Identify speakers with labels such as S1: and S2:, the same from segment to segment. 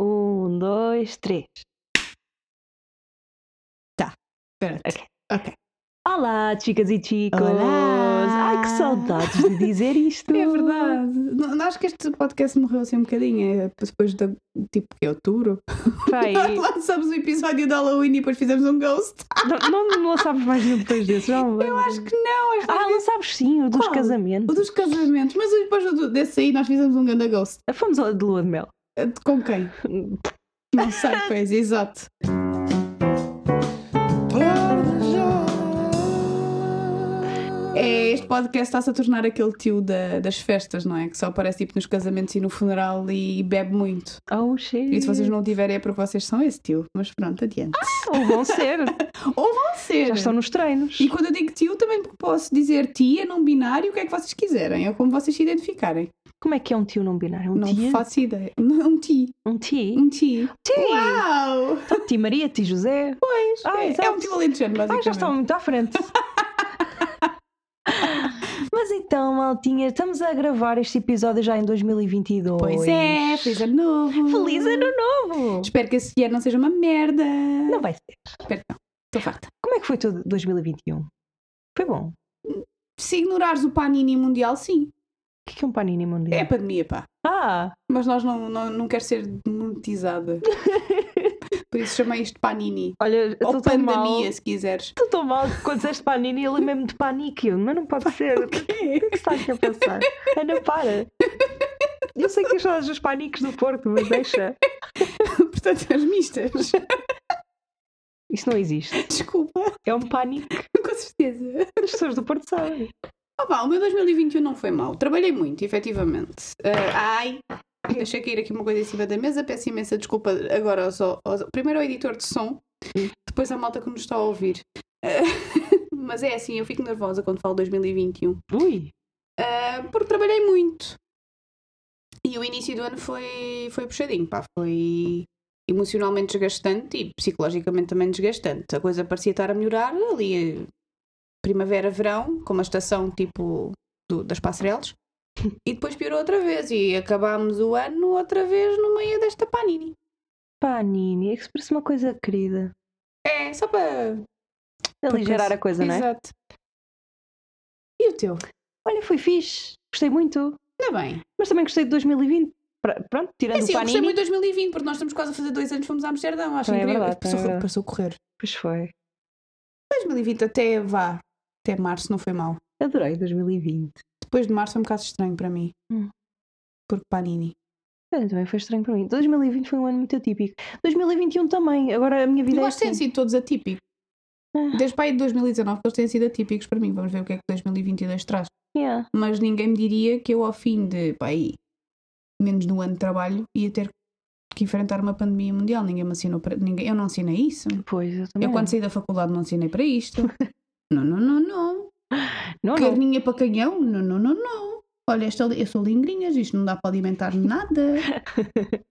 S1: Um, dois, três.
S2: Pera.
S1: Ok.
S2: Ok.
S1: Olá, chicas e chicos!
S2: Olá!
S1: Ai, que saudades de dizer isto!
S2: É verdade. Não, não acho que este podcast morreu assim um bocadinho. É depois de tipo que outubro.
S1: Pai,
S2: Nós lançamos o episódio de Halloween e depois fizemos um ghost.
S1: não, não, não lançámos mais nenhum depois desse, não?
S2: Eu acho que não. Acho que
S1: Ah,
S2: nós
S1: lançámos sim, o dos
S2: Qual? fizemos
S1: casamentos.
S2: o dos casamentos. Mas depois do- desse aí nós fizemos um grande ghost. Eh,
S1: Fomos ao de lua de mel.
S2: Com quem? Não sei, pois, exato. É, este podcast está-se a tornar aquele tio da- das festas, não é? Que só aparece tipo nos casamentos e no funeral e bebe muito.
S1: Oh, shit!
S2: E se vocês não o tiverem é porque vocês são esse tio. Mas pronto, adiante.
S1: Ou vão ser,
S2: Ou vão ser.
S1: já estão nos treinos.
S2: E quando eu digo tio, também posso dizer tia, não binário, o que é que vocês quiserem. Ou como vocês se identificarem.
S1: Como é que é um tio não binário? Um
S2: não
S1: tia?
S2: faço ideia. Não, um ti.
S1: Um ti?
S2: Um ti.
S1: Ti!
S2: Uau!
S1: Então, ti Maria, ti José.
S2: Pois.
S1: Ah,
S2: é,
S1: exato.
S2: é um tio alentejano,
S1: Ai,
S2: basicamente.
S1: Ah, já estão muito à frente. Mas então, maltinha, estamos a gravar este episódio já em 2022.
S2: Pois é, feliz ano novo.
S1: Feliz ano novo!
S2: Espero que esse ano não seja uma merda.
S1: Não vai ser.
S2: Espero que não. Estou farta.
S1: Como é que foi todo 2021? Foi bom. O
S2: Se ignorares o panini mundial, sim.
S1: que é que é um panini mundial?
S2: É pandemia, pá.
S1: Ah,
S2: Mas nós não, não, não quer ser monetizada. Por isso chamei isto panini.
S1: olha,
S2: Ou
S1: estou tão mal.
S2: pandemia, se quiseres.
S1: Estou tão mal que quando disseste panini eu lembrei-me de panique. Mas não pode ser. O que é que está aqui a pensar? Ana, para. Eu sei que tens saudades dos paniques do Porto, mas deixa.
S2: Portanto, as mistas.
S1: Isso não existe.
S2: Desculpa,
S1: É um panique.
S2: com certeza.
S1: As pessoas do Porto sabem.
S2: Ah pá, o meu 2021 não foi mau. Trabalhei muito, efetivamente. Ah, ai, deixei cair aqui uma coisa em cima da mesa. Peço imensa desculpa agora aos, aos- primeiro ao editor de som, depois à malta que nos está a ouvir. Ah, mas é assim, eu fico nervosa quando falo 2021.
S1: Ui.
S2: Ah, porque trabalhei muito. E o início do ano foi, foi puxadinho, pá, foi emocionalmente desgastante e psicologicamente também desgastante. A coisa parecia estar a melhorar ali, eh, primavera, verão, com uma estação tipo do- das passarelas, e depois piorou outra vez e acabámos o ano outra vez no meio desta panini.
S1: Panini, é que se parece uma coisa querida.
S2: É, só para...
S1: Aligerar a coisa, não é?
S2: Exato. E o teu?
S1: Olha, foi fixe. Gostei muito.
S2: Ainda bem.
S1: Mas também gostei de 2020. Pra- Pronto, tirando
S2: É assim,
S1: o
S2: eu
S1: Panini.
S2: gostei muito de 2020, porque nós estamos quase a fazer dois anos, fomos a Amsterdão, acho
S1: Também é
S2: incrível.
S1: verdade, também é
S2: passou,
S1: verdade.
S2: passou a correr.
S1: Pois foi.
S2: 2020 até vá, até março não foi mal.
S1: Adorei 2020.
S2: Depois de março foi um bocado estranho para mim.
S1: Hum.
S2: Porque Panini.
S1: Olha, Também foi estranho para mim. 2020 foi um ano muito atípico. 2021 também. Agora a minha vida
S2: Eu
S1: é
S2: acho que têm
S1: assim.
S2: sido todos atípicos.
S1: Ah.
S2: Desde para aí de 2019 que eles têm sido atípicos para mim. Vamos ver o que é que 2022 traz.
S1: Yeah.
S2: Mas ninguém me diria que eu ao fim de, pá, aí, menos de um ano de trabalho, ia ter que enfrentar uma pandemia mundial. Ninguém me assinou para... Ninguém... Eu não assinei isso.
S1: Pois, eu também.
S2: Eu quando saí da faculdade não assinei para isto. não, não, não, não.
S1: não, não.
S2: Carninha para canhão? Não, não, não, não. Olha, esta, eu sou lingrinhas, isto não dá para alimentar nada.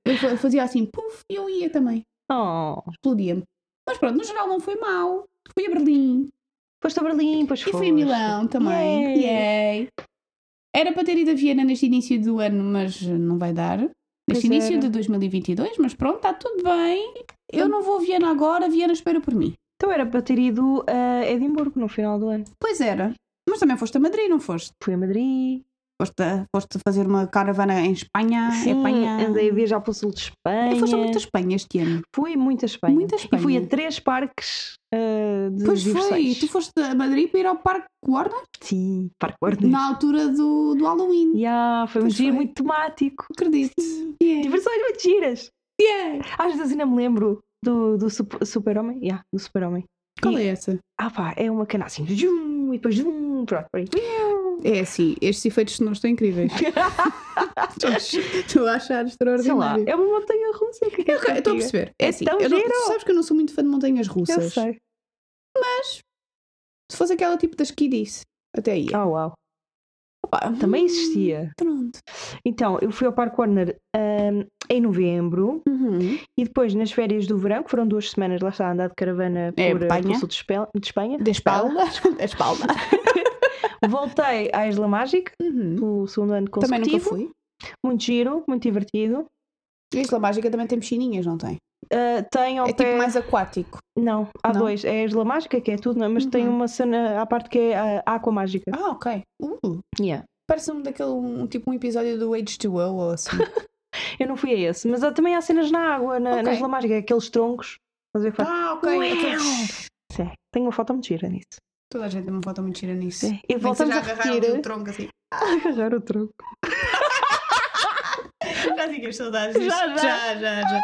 S2: Eu fa- fazia assim, puf, e eu ia também.
S1: Oh.
S2: Explodia-me. Mas pronto, no geral não foi mal. Fui a Berlim
S1: Foste a Berlim, pois
S2: e fui a Milão também.
S1: Yay.
S2: Yay. Era para ter ido a Viena neste início do ano, mas não vai dar.
S1: Pois
S2: Neste início
S1: era.
S2: de 2022, mas pronto, está tudo bem. Eu não vou a Viena agora, a Viena espera por mim.
S1: Então era para ter ido a Edimburgo no final do ano.
S2: Pois era. Mas também foste a Madrid, não foste?
S1: Fui a Madrid.
S2: Foste, foste fazer uma caravana em Espanha.
S1: Sim,
S2: Ah, Espanha.
S1: andei a viajar para o sul de Espanha.
S2: Eu foste muito a Espanha este ano.
S1: Fui muito a Espanha.
S2: Muito a
S1: E fui a
S2: Espanha.
S1: três parques ah, de
S2: Pois foi,
S1: diversões.
S2: tu foste a Madrid para ir ao Parque Warner
S1: Sim, Parque Warner.
S2: na altura do, do Halloween.
S1: Yeah, foi um
S2: Pois
S1: giro
S2: foi. É.
S1: muito temático.
S2: Acredito. Yeah.
S1: Diversões muito giras.
S2: Yeah.
S1: Às vezes ainda me lembro do, do sup- Super-Homem. Yeah, do Super-Homem.
S2: Qual é essa?
S1: Ah pá, é uma cana assim. Zum, e depois zum, pronto, por aí.
S2: É assim, estes efeitos sonoros estão incríveis. Estou a achar
S1: Sei lá,
S2: extraordinário.
S1: é uma montanha russa. o Que é que
S2: Eu
S1: eu
S2: estou
S1: diga?
S2: a perceber.
S1: É
S2: É assim,
S1: tão
S2: eu não-
S1: giro.
S2: tu sabes que eu não sou muito fã de montanhas
S1: Eu
S2: russas.
S1: sei.
S2: Se fosse aquela tipo das kiddies, até aí.
S1: Ah, uau.
S2: Opa,
S1: Também
S2: hum,
S1: existia.
S2: Pronto.
S1: Então, eu fui ao Parque Warner ahm, em novembro
S2: Uhum.
S1: e depois nas férias do verão, que foram duas semanas, lá está a andar de caravana
S2: É,
S1: por, eh,
S2: Espanha.
S1: pelo sul de, Espe- de Espanha.
S2: Da espalda. Da espalda.
S1: Voltei à Isla Mágica,
S2: Uhum.
S1: pelo segundo ano consecutivo.
S2: Também nunca fui.
S1: Muito giro, muito divertido.
S2: A Isla Mágica também tem piscininhas, não tem?
S1: Ah, tem ao
S2: é
S1: pé.
S2: tipo mais aquático.
S1: Não, há
S2: Não?
S1: dois. É a Isla Mágica, que é tudo, não é? mas tem
S2: Uhum.
S1: uma cena à parte que é a a Aqua Mágica.
S2: Ah, ok. Uh,
S1: Yeah.
S2: Parece-me daquele, um, tipo um episódio do H2O ou assim.
S1: Eu não fui a esse, mas há- também há cenas na água, na, na
S2: Ok.
S1: Isla Mágica, aqueles troncos. Estás a ver que faz-
S2: ah, ok.
S1: Uau.
S2: Aqueles-
S1: Sim, Tenho uma foto muito gira nisso.
S2: Toda a gente tem uma foto muito gira nisso.
S1: Sim. E
S2: Bem que
S1: voltamos
S2: seja
S1: a
S2: agarrar ali o
S1: repetir.
S2: tronco assim.
S1: Agarrar o tronco.
S2: Já tinhas saudades disto.
S1: Já, já.
S2: já, já, já.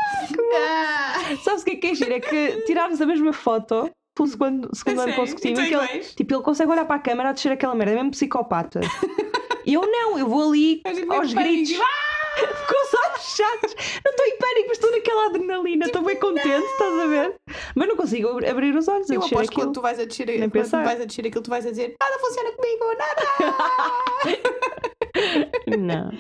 S2: Ah,
S1: Sabes o que é que é giro? É que tirámos a mesma foto pelo segundo, segundo ano
S2: sério?
S1: consecutivo.
S2: Então
S1: em que ele-
S2: iguais?
S1: tipo, ele consegue olhar para a câmara a descer aquela merda, é mesmo psicopata. E eu não, eu vou ali
S2: A gente
S1: aos
S2: tem pânico.
S1: gritos. Com os olhos fechados. Não estou em pânico, mas estou naquela adrenalina, estou bem contente, estás a ver? Mas não consigo ab- abrir os olhos a
S2: Eu
S1: descer
S2: aposto que quando
S1: aquilo.
S2: tu vais a descer,
S1: Nem
S2: quando tu
S1: pensar.
S2: vais a descer aquilo, tu vais a dizer nada funciona comigo, nada.
S1: Não. O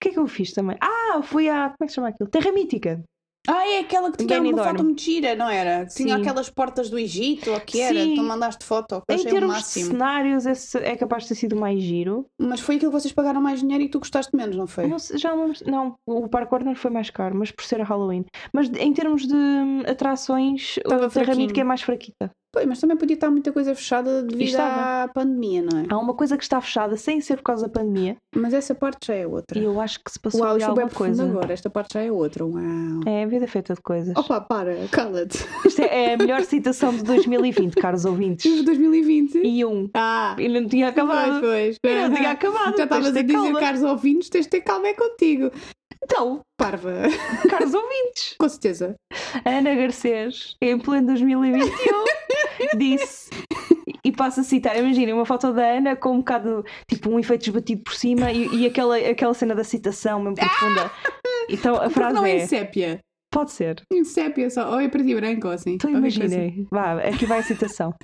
S1: que é que eu fiz também? Ah, fui à. Como é que se chama aquilo? Terra Mítica.
S2: Ah, é aquela que tinha
S1: Ninguém
S2: uma
S1: nem
S2: foto
S1: dorme.
S2: muito gira, não era? Que Tinha
S1: Sim.
S2: aquelas portas do Egito, ou que era?
S1: Sim.
S2: Tu mandaste foto, que eu
S1: Em
S2: achei o
S1: termos de
S2: máximo.
S1: cenários, esse é capaz de ter sido mais giro.
S2: Mas foi aquilo que vocês pagaram mais dinheiro e tu gostaste menos, não foi?
S1: Não, sei- já não, não, o Parkour não foi mais caro, mas por ser a Halloween. Mas em termos de hum, atrações,
S2: Tava
S1: o Terra
S2: fraquinho.
S1: Mítica é mais fraquita.
S2: Foi, mas também podia estar muita coisa fechada devido
S1: estava.
S2: à pandemia, não é?
S1: Há uma coisa que está fechada sem ser por causa da pandemia
S2: Mas essa parte já é outra.
S1: e eu acho que se passou
S2: Uau,
S1: ali
S2: isto é bem
S1: alguma
S2: profundo
S1: coisa.
S2: agora, esta parte já é outra. Uau.
S1: É, a vida é feita de coisas.
S2: Opa, para, cala-te.
S1: Isto é, é a melhor citação de 2020, caros ouvintes.
S2: Tive 2020.
S1: E um,
S2: Ah,
S1: ainda não tinha acabado.
S2: pois, pois.
S1: Ainda não tinha acabado.
S2: Já estavas
S1: tens
S2: a
S1: de ter
S2: dizer,
S1: calma.
S2: caros ouvintes, tens de ter calma é contigo.
S1: Então,
S2: Parva,
S1: caros ouvintes,
S2: com certeza.
S1: a Ana Garcês, em pleno 2021, disse. E passo a citar, imagina uma foto da Ana com um bocado, tipo, um efeito esbatido por cima e, e aquela, aquela cena da citação mesmo profunda. Então a
S2: Porque
S1: frase
S2: não é
S1: é:
S2: em sépia.
S1: pode ser.
S2: Em sépia só, ou é preto e branco ou assim.
S1: Então
S2: Qualquer coisa
S1: imaginem, vá, aqui vai a citação.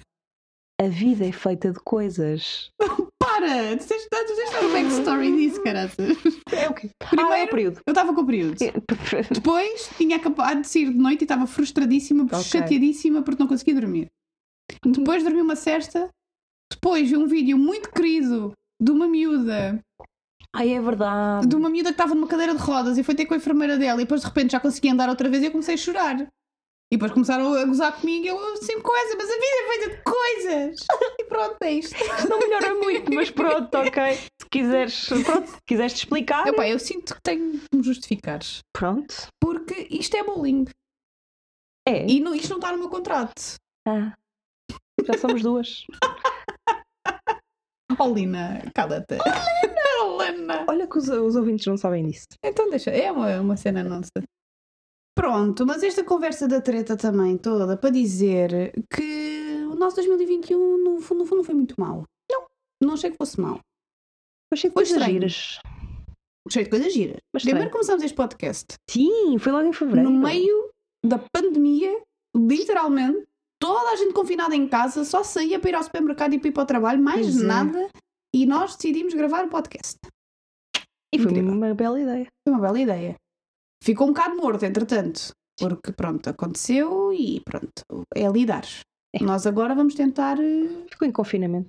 S1: A vida é feita de coisas.
S2: assim. Para! Tu tens de dar tu tens de dar o backstory disso, caraças.
S1: É o quê?
S2: Primeiro-
S1: ah, é o período.
S2: Eu estava com o período.
S1: eh,
S2: Depois tinha acabado de sair de noite e estava frustradíssima,
S1: Ok.
S2: chateadíssima porque não conseguia dormir. Depois dormi uma cesta. Depois vi um vídeo muito querido de uma miúda,
S1: Ai, é verdade.
S2: de uma miúda que estava numa cadeira de rodas e foi ter com a enfermeira dela e depois de repente já conseguia andar outra vez e eu comecei a chorar. E depois começaram a gozar comigo e eu sempre coisa, mas a vida é feita de coisas. E pronto, é isto.
S1: Isto não melhora muito, mas pronto, ok. Se quiseres, pronto, se quiseres te explicar.
S2: Epá, eu sinto que tenho de me justificar.
S1: Pronto.
S2: Porque isto é bullying.
S1: É.
S2: E não, isto não está no meu contrato.
S1: Ah. Já somos duas.
S2: Olina, Oh, cala-te. Olina!
S1: Olha que os, os ouvintes não sabem disso.
S2: Então deixa, é uma, uma cena nossa. Pronto, mas esta conversa da treta também toda para dizer que o nosso 2021 no fundo, no fundo não foi muito mau. Não, não achei que fosse mau.
S1: Mas sei que
S2: Foi
S1: coisas
S2: estranho.
S1: giras.
S2: Achei de coisas giras.
S1: Mas
S2: Primeiro começamos este podcast
S1: Sim, foi logo em fevereiro.
S2: no meio da pandemia, literalmente, toda a gente confinada em casa, só saía para ir ao supermercado e para ir para o trabalho, mais
S1: Pois é.
S2: nada, e nós decidimos gravar o podcast.
S1: E foi
S2: Incrível.
S1: uma bela ideia.
S2: Foi uma bela ideia. Ficou um bocado morto, entretanto. Porque, pronto, aconteceu e pronto, é lidar.
S1: É.
S2: Nós agora vamos tentar. eh,
S1: Ficou em confinamento.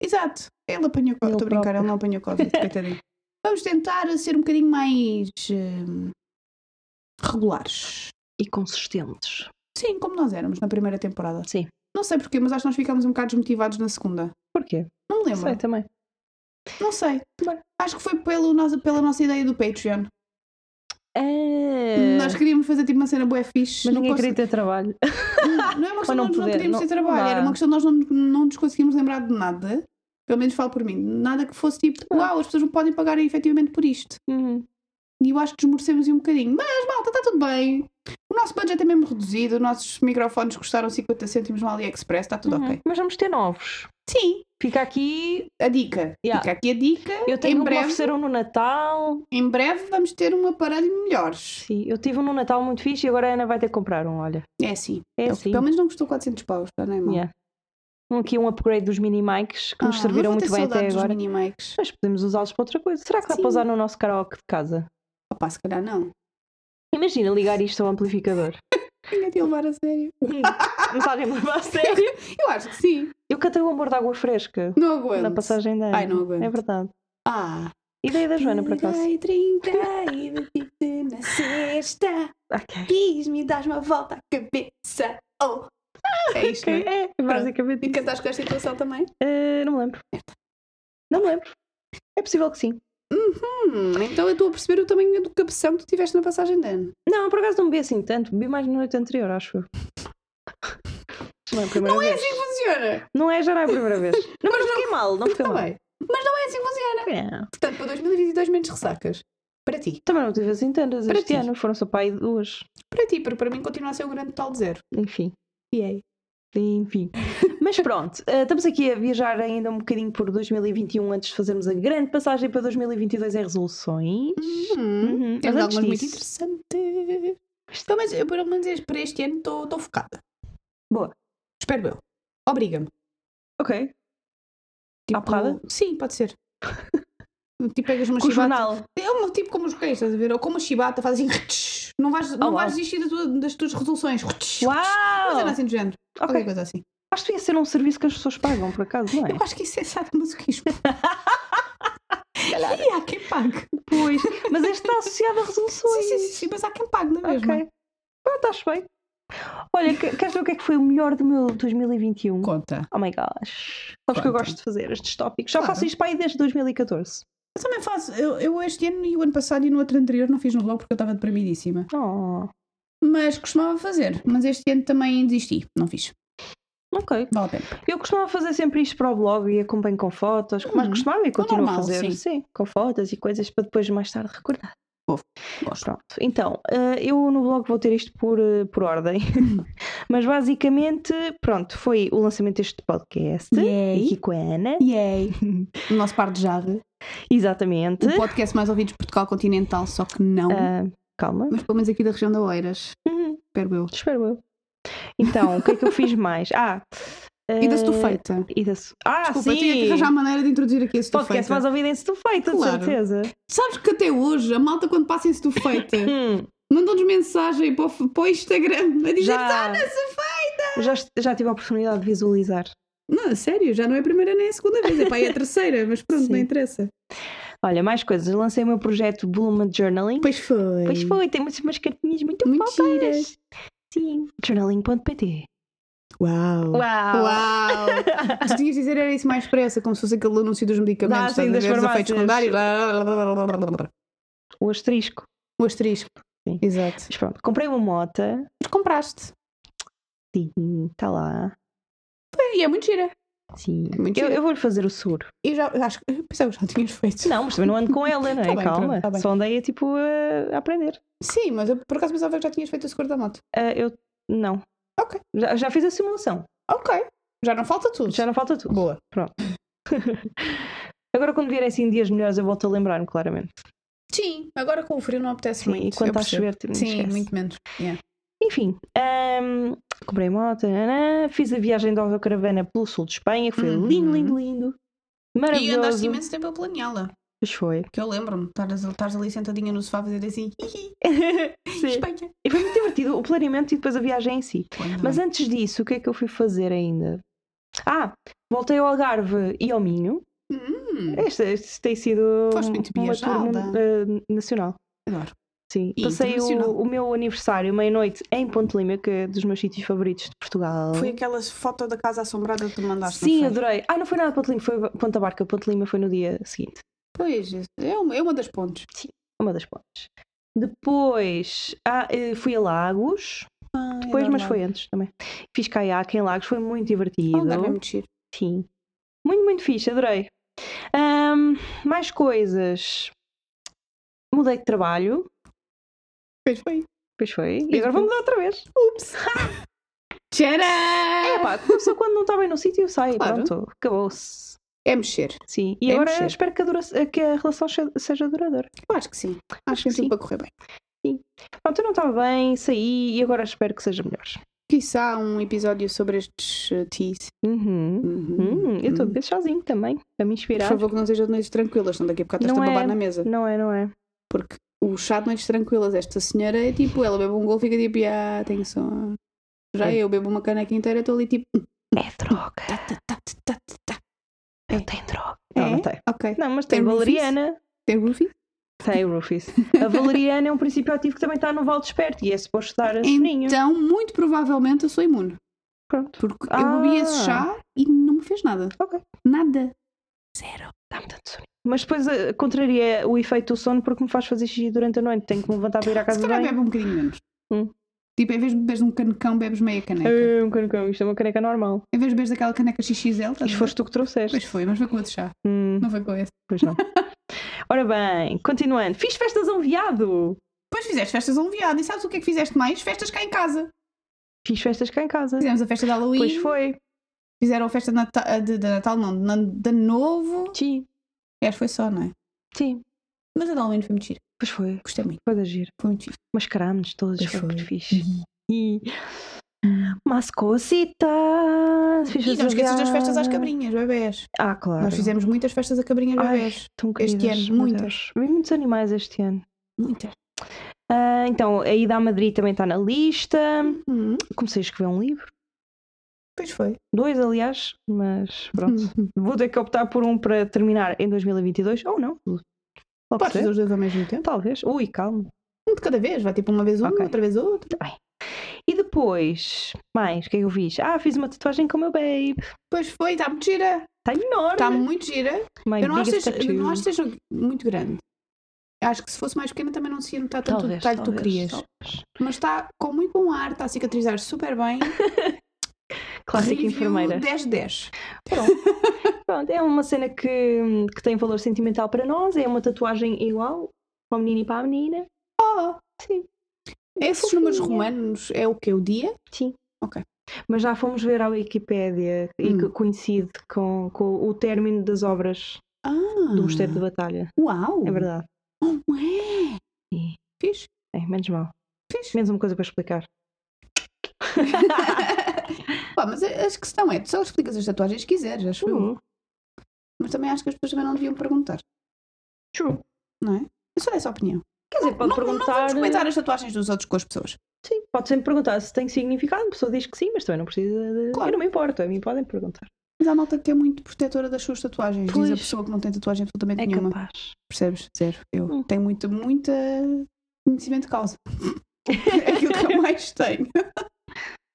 S2: Exato, ele apanhou
S1: Ele
S2: Covid. Estou a brincar,
S1: próprio.
S2: ele não apanhou Covid, coitadinho. Vamos tentar ser um bocadinho mais. eh, regulares.
S1: E consistentes.
S2: Sim, como nós éramos na primeira temporada.
S1: Sim.
S2: Não sei porquê, mas acho que nós ficámos um bocado desmotivados na segunda.
S1: Porquê?
S2: Não me lembro.
S1: Sei também.
S2: Não sei.
S1: Bem.
S2: Acho que foi pelo nosso, pela nossa ideia do Patreon.
S1: É...
S2: Nós queríamos fazer tipo uma cena bué fixe.
S1: Mas
S2: não
S1: ninguém
S2: cons-
S1: queria ter trabalho.
S2: Não é uma
S1: não
S2: questão de nós não
S1: poder,
S2: queríamos
S1: não-
S2: ter
S1: não
S2: trabalho,
S1: dá.
S2: era uma questão de nós não, não nos conseguimos lembrar de nada. Pelo menos falo por mim. Nada que fosse tipo, uau, as pessoas não podem pagar efetivamente por isto.
S1: Hum.
S2: E eu acho que desmorecemos aí um bocadinho. Mas, malta, está tudo bem. O nosso budget é mesmo reduzido, os nossos microfones custaram 50 cêntimos no AliExpress, está tudo ok.
S1: Uhum. Mas vamos ter novos.
S2: Sim,
S1: Fica aqui.
S2: a dica.
S1: Yeah.
S2: Fica aqui a dica.
S1: Eu tenho
S2: em,
S1: um que me
S2: breve,
S1: ofereceram no Natal.
S2: em breve vamos ter um aparelho melhor.
S1: Sim, eu tive um no Natal muito fixe e agora a Ana vai ter que comprar um, olha.
S2: É assim.
S1: É assim.
S2: Pelo menos não custou 400 paus, não é mal.
S1: Yeah. Um aqui um upgrade dos mini mics que nos
S2: Ah,
S1: serviram
S2: mas
S1: muito
S2: vou ter
S1: bem até
S2: saudades dos
S1: agora.
S2: mini-mics.
S1: Mas podemos usá-los para outra coisa. Será que dá
S2: Sim.
S1: para usar no nosso karaoke de casa?
S2: Opa, se calhar não.
S1: Imagina ligar isto ao amplificador.
S2: Tinha de levar a sério.
S1: Não está nem levar a sério.
S2: Eu acho que sim.
S1: Eu catei o amor de água fresca
S2: Não aguento.
S1: na passagem da Ana.
S2: um Ai, não aguento.
S1: É verdade. É
S2: Ah.
S1: Ideia da Joana, por acaso.
S2: Trinca e batido na festa,
S1: Ok.
S2: diz-me, dás uma volta à cabeça. Oh. É isto,
S1: Ok,
S2: não é?
S1: É, basicamente.
S2: E
S1: isso.
S2: cantaste com esta situação também?
S1: Eh, não me lembro. Não me lembro. É possível que sim.
S2: Hum, então eu estou a perceber o tamanho do cabeção que tu tiveste na passagem de ano.
S1: Não, por acaso não bebi assim tanto. Bebi mais na noite anterior, acho eu. Não é a primeira vez.
S2: Funciona!
S1: Não é, já não é a primeira vez. Não, mas fiquei mal, não fiquei
S2: Está
S1: mal.
S2: bem. Mas não é assim que funciona.
S1: Não.
S2: Portanto, para 2022 menos ressacas. Para ti.
S1: Também não tive assim tantas
S2: Para
S1: este
S2: ti.
S1: ano. Foram só para aí duas.
S2: Para ti, porque para mim continua a ser um grande total de zero.
S1: Enfim. E é aí? Enfim. Mas pronto, eh, estamos aqui a viajar ainda um bocadinho por 2021 antes de fazermos a grande passagem para 2022 em resoluções.
S2: Uhum.
S1: Uhum.
S2: Temos
S1: Mas
S2: algumas
S1: antes
S2: muito
S1: disso-
S2: interessantes. Então, mas eu, pelo menos este- para este ano estou estou focada.
S1: Boa.
S2: Espero eu. Obriga-me. Tipo,
S1: Ok. À porrada?
S2: Sim, pode ser. tipo, pegas uma
S1: Com o
S2: chibata.
S1: jornal.
S2: É um tipo como os cães, estás a ver? Ou como a chibata, faz assim. rtsh. Não vais, não
S1: Oh, Uau.
S2: vais desistir da tua- das tuas resoluções. Rtsh, rtsh. Uma cena
S1: Uau!
S2: assim do género. Qualquer
S1: Ok.
S2: coisa assim.
S1: Acho que devia ser um serviço que as pessoas pagam, por acaso, não é?
S2: Eu acho que isso é sadomasoquismo. e há quem pague.
S1: Pois. Mas este está associado a
S2: Sim,
S1: resoluções.
S2: sim, sim, sim, mas há quem pague, não é mesmo?
S1: Ok. Pronto, acho bem. Olha, que- queres ver o que é que foi o melhor do meu 2021?
S2: Conta.
S1: Oh my gosh. Sabes que eu
S2: Conta.
S1: gosto de fazer estes tópicos. Já
S2: Claro.
S1: faço isto para aí desde 2014.
S2: Eu também faço. Eu, eu este ano e o ano passado e no outro anterior não fiz no blog porque eu estava deprimidíssima.
S1: Oh,
S2: Mas costumava fazer. Mas este ano também desisti. Não fiz.
S1: ok.
S2: Vale a pena.
S1: Eu costumava fazer sempre isto para o blog e acompanho com fotos, mas
S2: Uhum.
S1: costumava e continuo
S2: normal,
S1: a fazer.
S2: sim.
S1: com fotos e coisas para depois mais tarde recordar.
S2: Fofo, gosto.
S1: Pronto, então, eh, eu no blog vou ter isto por, eh, por ordem,
S2: Uhum.
S1: mas basicamente, pronto, foi o lançamento deste podcast,
S2: Yay.
S1: aqui com a Ana,
S2: Yay! o nosso par de jarre.
S1: exatamente,
S2: O podcast mais ouvido de Portugal continental, só que não.
S1: Ah, calma,
S2: Mas pelo menos aqui da região da Oeiras.
S1: Uhum,
S2: Espero eu.
S1: espero eu. Então, o que é que eu fiz mais? Ah,
S2: E
S1: eh,
S2: da estufeita.
S1: e da Stu- Ah,
S2: Desculpa, tinha que
S1: sim,
S2: arranjar a maneira de introduzir aqui a
S1: um podcast
S2: estufeita.
S1: mais ouvido em Stufeita,
S2: Claro.
S1: de certeza.
S2: Sabes que até hoje, a malta quando passa em estufeita,
S1: Hum.
S2: mandam-nos mensagem para o, para o Instagram a dizer "Ah,
S1: já,
S2: né?
S1: já, est- já tive a oportunidade de visualizar.
S2: Não, a sério, já não é a primeira nem a segunda vez, é pá, é a terceira, mas pronto,
S1: Sim.
S2: não interessa.
S1: Olha, mais coisas. Lancei o meu projeto Bloom Journaling.
S2: Pois foi.
S1: Pois foi, tem umas, umas cartinhas muito
S2: Muito
S1: fofas.
S2: giras.
S1: Sim. Journaling.pt.
S2: Uau.
S1: Uau!
S2: Uau! tu tinhas de dizer era isso mais pressa, como se fosse aquele anúncio dos medicamentos,
S1: Dá, assim,
S2: estás a
S1: das
S2: ver, os efeitos
S1: farmácias.
S2: secundários. blá, blá, blá, blá, blá, blá, blá.
S1: O asterisco.
S2: O asterisco.
S1: Sim.
S2: Exato.
S1: Mas pronto, comprei uma moto.
S2: Mas compraste.
S1: Sim, está lá.
S2: E é muito gira.
S1: Sim.
S2: Muito
S1: Eu,
S2: giro.
S1: eu vou-lhe fazer o seguro.
S2: E já, acho que, eu pensava que já tinhas feito.
S1: Não, mas também não ando com ela, não é?
S2: Tá bem,
S1: Calma.
S2: pronto, tá bem.
S1: Só andei tipo a, a aprender.
S2: Sim, mas eu por acaso pensava que já tinhas feito o seguro da moto.
S1: Ah, eu não.
S2: Ok.
S1: Já, já fiz a simulação.
S2: Ok. Já não falta tudo.
S1: Já não falta tudo.
S2: Boa.
S1: Agora quando vierem assim dias melhores eu volto a lembrar-me claramente.
S2: Sim, agora com o frio não apetece
S1: Sim,
S2: muito.
S1: e quando está
S2: eu
S1: a
S2: percebo.
S1: chover, tipo, me
S2: Sim,
S1: esquece.
S2: muito menos. Yeah.
S1: Enfim, ahm, comprei moto, nanã, fiz a viagem de autocaravana pelo sul de Espanha, que foi
S2: Uhum.
S1: lindo, lindo, lindo.
S2: E andaste
S1: Maravilhoso.
S2: imenso tempo a planeá-la.
S1: Pois foi.
S2: Que eu lembro-me, estares estares ali sentadinha no sofá a fazer assim. "Hihi,
S1: Sim.
S2: Espanha.
S1: E foi muito divertido o planeamento e depois a viagem em si.
S2: Quando
S1: Mas
S2: Tá bem.
S1: antes disso, o que é que eu fui fazer ainda? Ah, voltei ao Algarve e ao Minho.
S2: Hum,
S1: Este, este tem sido um,
S2: Foste muito
S1: uma tour
S2: viajada.
S1: mun- eh, nacional.
S2: adoro.
S1: Sim,
S2: E
S1: passei o,
S2: internacional.
S1: o meu aniversário, meia-noite, em Ponte Lima, que é dos meus sítios favoritos de Portugal.
S2: Foi aquela foto da casa assombrada que tu mandaste.
S1: Sim,
S2: não foi?
S1: adorei. Ah, não foi nada Ponte Lima, foi Ponta Barca. Ponte Lima foi no dia seguinte,
S2: Pois, é uma, é uma das pontes.
S1: uma das pontes. Depois ah, eh, fui a Lagos, depois, mas foi antes também. Fiz caiaque em Lagos, foi muito divertido.
S2: Algarve é muito giro.
S1: Sim. Muito, muito fixe, adorei. Ahm, mais coisas. Mudei de trabalho,
S2: Pois foi.
S1: pois foi. E
S2: Pois
S1: agora
S2: foi.
S1: vou mudar outra vez.
S2: Ups. Tcharam!
S1: É pá, uma pessoa quando não está bem no sítio sai,
S2: Claro.
S1: pronto, acabou-se.
S2: É mexer.
S1: Sim, e
S2: É
S1: agora
S2: mexer.
S1: espero que a, dura- que a relação se- seja duradoura.
S2: Eu acho que sim.
S1: que
S2: Acho que
S1: sim.
S2: é sempre para correr bem.
S1: Pronto, eu não estava bem, saí e agora espero que seja melhor.
S2: Quiçá um episódio sobre estes eh, teas.
S1: Uhum. Hum, eu estou a
S2: Hum.
S1: beber sozinho também, para me
S2: Por
S1: inspirar.
S2: favor, que não seja de noites tranquilas, senão daqui a bocado estás
S1: Não
S2: a babar
S1: é.
S2: na mesa.
S1: Não é, não é?
S2: Porque o chá de noites tranquilas, esta senhora é tipo, ela bebe um gol fica tipo, ah, tenho sono. Já
S1: É.
S2: eu bebo uma caneca inteira, estou ali tipo,
S1: É droga.
S2: tá, tá, tá, tá, tá, tá, tá.
S1: Eu tenho droga. Não,
S2: É?
S1: não tem.
S2: Ok. um
S1: Não, mas tem
S2: Tem roofies?
S1: valeriana.
S2: Tem Rufi?
S1: Tem, Rufus. A valeriana é um princípio ativo que também está no Val Desperto e é suposto dar a soninho.
S2: Então, muito provavelmente eu sou imune.
S1: Pronto.
S2: Porque
S1: Ah.
S2: eu bebi esse chá e não me fez nada.
S1: Ok.
S2: Nada. Zero.
S1: Dá-me tanto soninho. Mas depois eh, contraria o efeito do sono porque me faz fazer xixi durante a noite. Tenho que me levantar para ir à
S2: Se
S1: casa de
S2: calhar
S1: banho.
S2: bebe um bocadinho menos.
S1: Hum.
S2: Tipo, em vez de beberes um canecão, bebes meia caneca.
S1: É um canecão, isto é uma caneca normal.
S2: Em vez de beberes daquela caneca XXL, estás a
S1: Isto
S2: ver?
S1: foste tu que trouxeste.
S2: tá Pois foi, mas foi com outro chá.
S1: Hum,
S2: Não foi com esse.
S1: pois não. Ora bem, continuando. Fiz festas a um viado.
S2: Depois fizeste festas a um viado. E sabes o que é que fizeste mais? Festas cá em casa.
S1: Fiz festas cá em casa.
S2: Fizemos a festa de Halloween.
S1: Pois foi.
S2: Fizeram a festa de Natal, de, de Natal não, de, Nan- de Ano Novo.
S1: Sim,
S2: Acho que foi só, não é?
S1: sim.
S2: Mas a de Halloween foi muito giro.
S1: Pois foi.
S2: Gostei muito.
S1: Foi de agir.
S2: Foi muito giro.
S1: Mascarámos todos.
S2: Pois
S1: Foi muito
S2: foi.
S1: fixe. E... Mas cositas. Fiz
S2: E
S1: festas a
S2: não esqueças das
S1: viado.
S2: festas às cabrinhas, bebés.
S1: Ah, claro.
S2: Nós fizemos muitas festas a cabrinhas
S1: Ai,
S2: bebés.
S1: Tão
S2: este
S1: queridas,
S2: ano,
S1: meu
S2: muitas.
S1: Deus. Vi muitos animais este ano.
S2: Muitas.
S1: Ah, então, a ida a Madrid também está na lista. Hum, Comecei a escrever um livro.
S2: Pois foi.
S1: Dois, aliás, mas pronto. Vou ter que optar por um para terminar em 2022 ou não. Pode
S2: Podes fazer
S1: ser.
S2: os dois ao mesmo tempo?
S1: Talvez. Ui, calma.
S2: Um de cada vez, vai tipo uma vez um,
S1: Ok.
S2: outra vez outro.
S1: E depois, mais, o que é que eu fiz? Ah, fiz uma tatuagem com o meu babe.
S2: Pois foi, está muito gira.
S1: Está enorme.
S2: Está muito gira.
S1: My
S2: Tá Eu não acho, que
S1: biggest
S2: seja, eu não
S1: tattoo.
S2: acho que seja muito grande. Acho que se fosse mais pequena também não se ia notar tanto o
S1: Talvez,
S2: detalhe que tu
S1: talvez,
S2: querias.
S1: talvez.
S2: Mas está com muito bom ar, está a cicatrizar super bem.
S1: Clássica
S2: Review
S1: enfermeira.
S2: 10-10.
S1: Pronto, é uma cena que, que tem valor sentimental para nós. É uma tatuagem igual para o menino e para a menina.
S2: Oh,
S1: Sim.
S2: esses
S1: Fofinha.
S2: números romanos é o que? O dia?
S1: Sim.
S2: Ok.
S1: Mas já fomos ver à Wikipédia e
S2: Hum.
S1: que coincide com, com o término das obras
S2: Ah,
S1: do Mosteiro de Batalha.
S2: Uau!
S1: É verdade.
S2: Não é?
S1: Sim.
S2: Fiz?
S1: É, menos mal.
S2: Fiz.
S1: Menos uma coisa para explicar.
S2: Pá, mas a, a questão é, tu só explicas as tatuagens que quiseres, acho eu.
S1: Hum,
S2: Mas também acho que as pessoas também não deviam perguntar,
S1: true.
S2: não é? Eu sou dessa opinião.
S1: Quer dizer, pode
S2: não, não
S1: perguntar.
S2: vamos comentar as tatuagens dos outros com as pessoas.
S1: Sim, pode sempre perguntar se tem significado. A pessoa diz que sim, mas também não precisa de.
S2: Claro.
S1: Eu não me importo, a mim podem perguntar.
S2: Mas há malta que é muito protetora das suas tatuagens.
S1: Pois.
S2: Diz a pessoa que não tem tatuagem absolutamente
S1: É
S2: nenhuma.
S1: capaz.
S2: Percebes? Zero. Eu
S1: Hum.
S2: tenho muito, muita conhecimento de causa. é aquilo que eu mais tenho.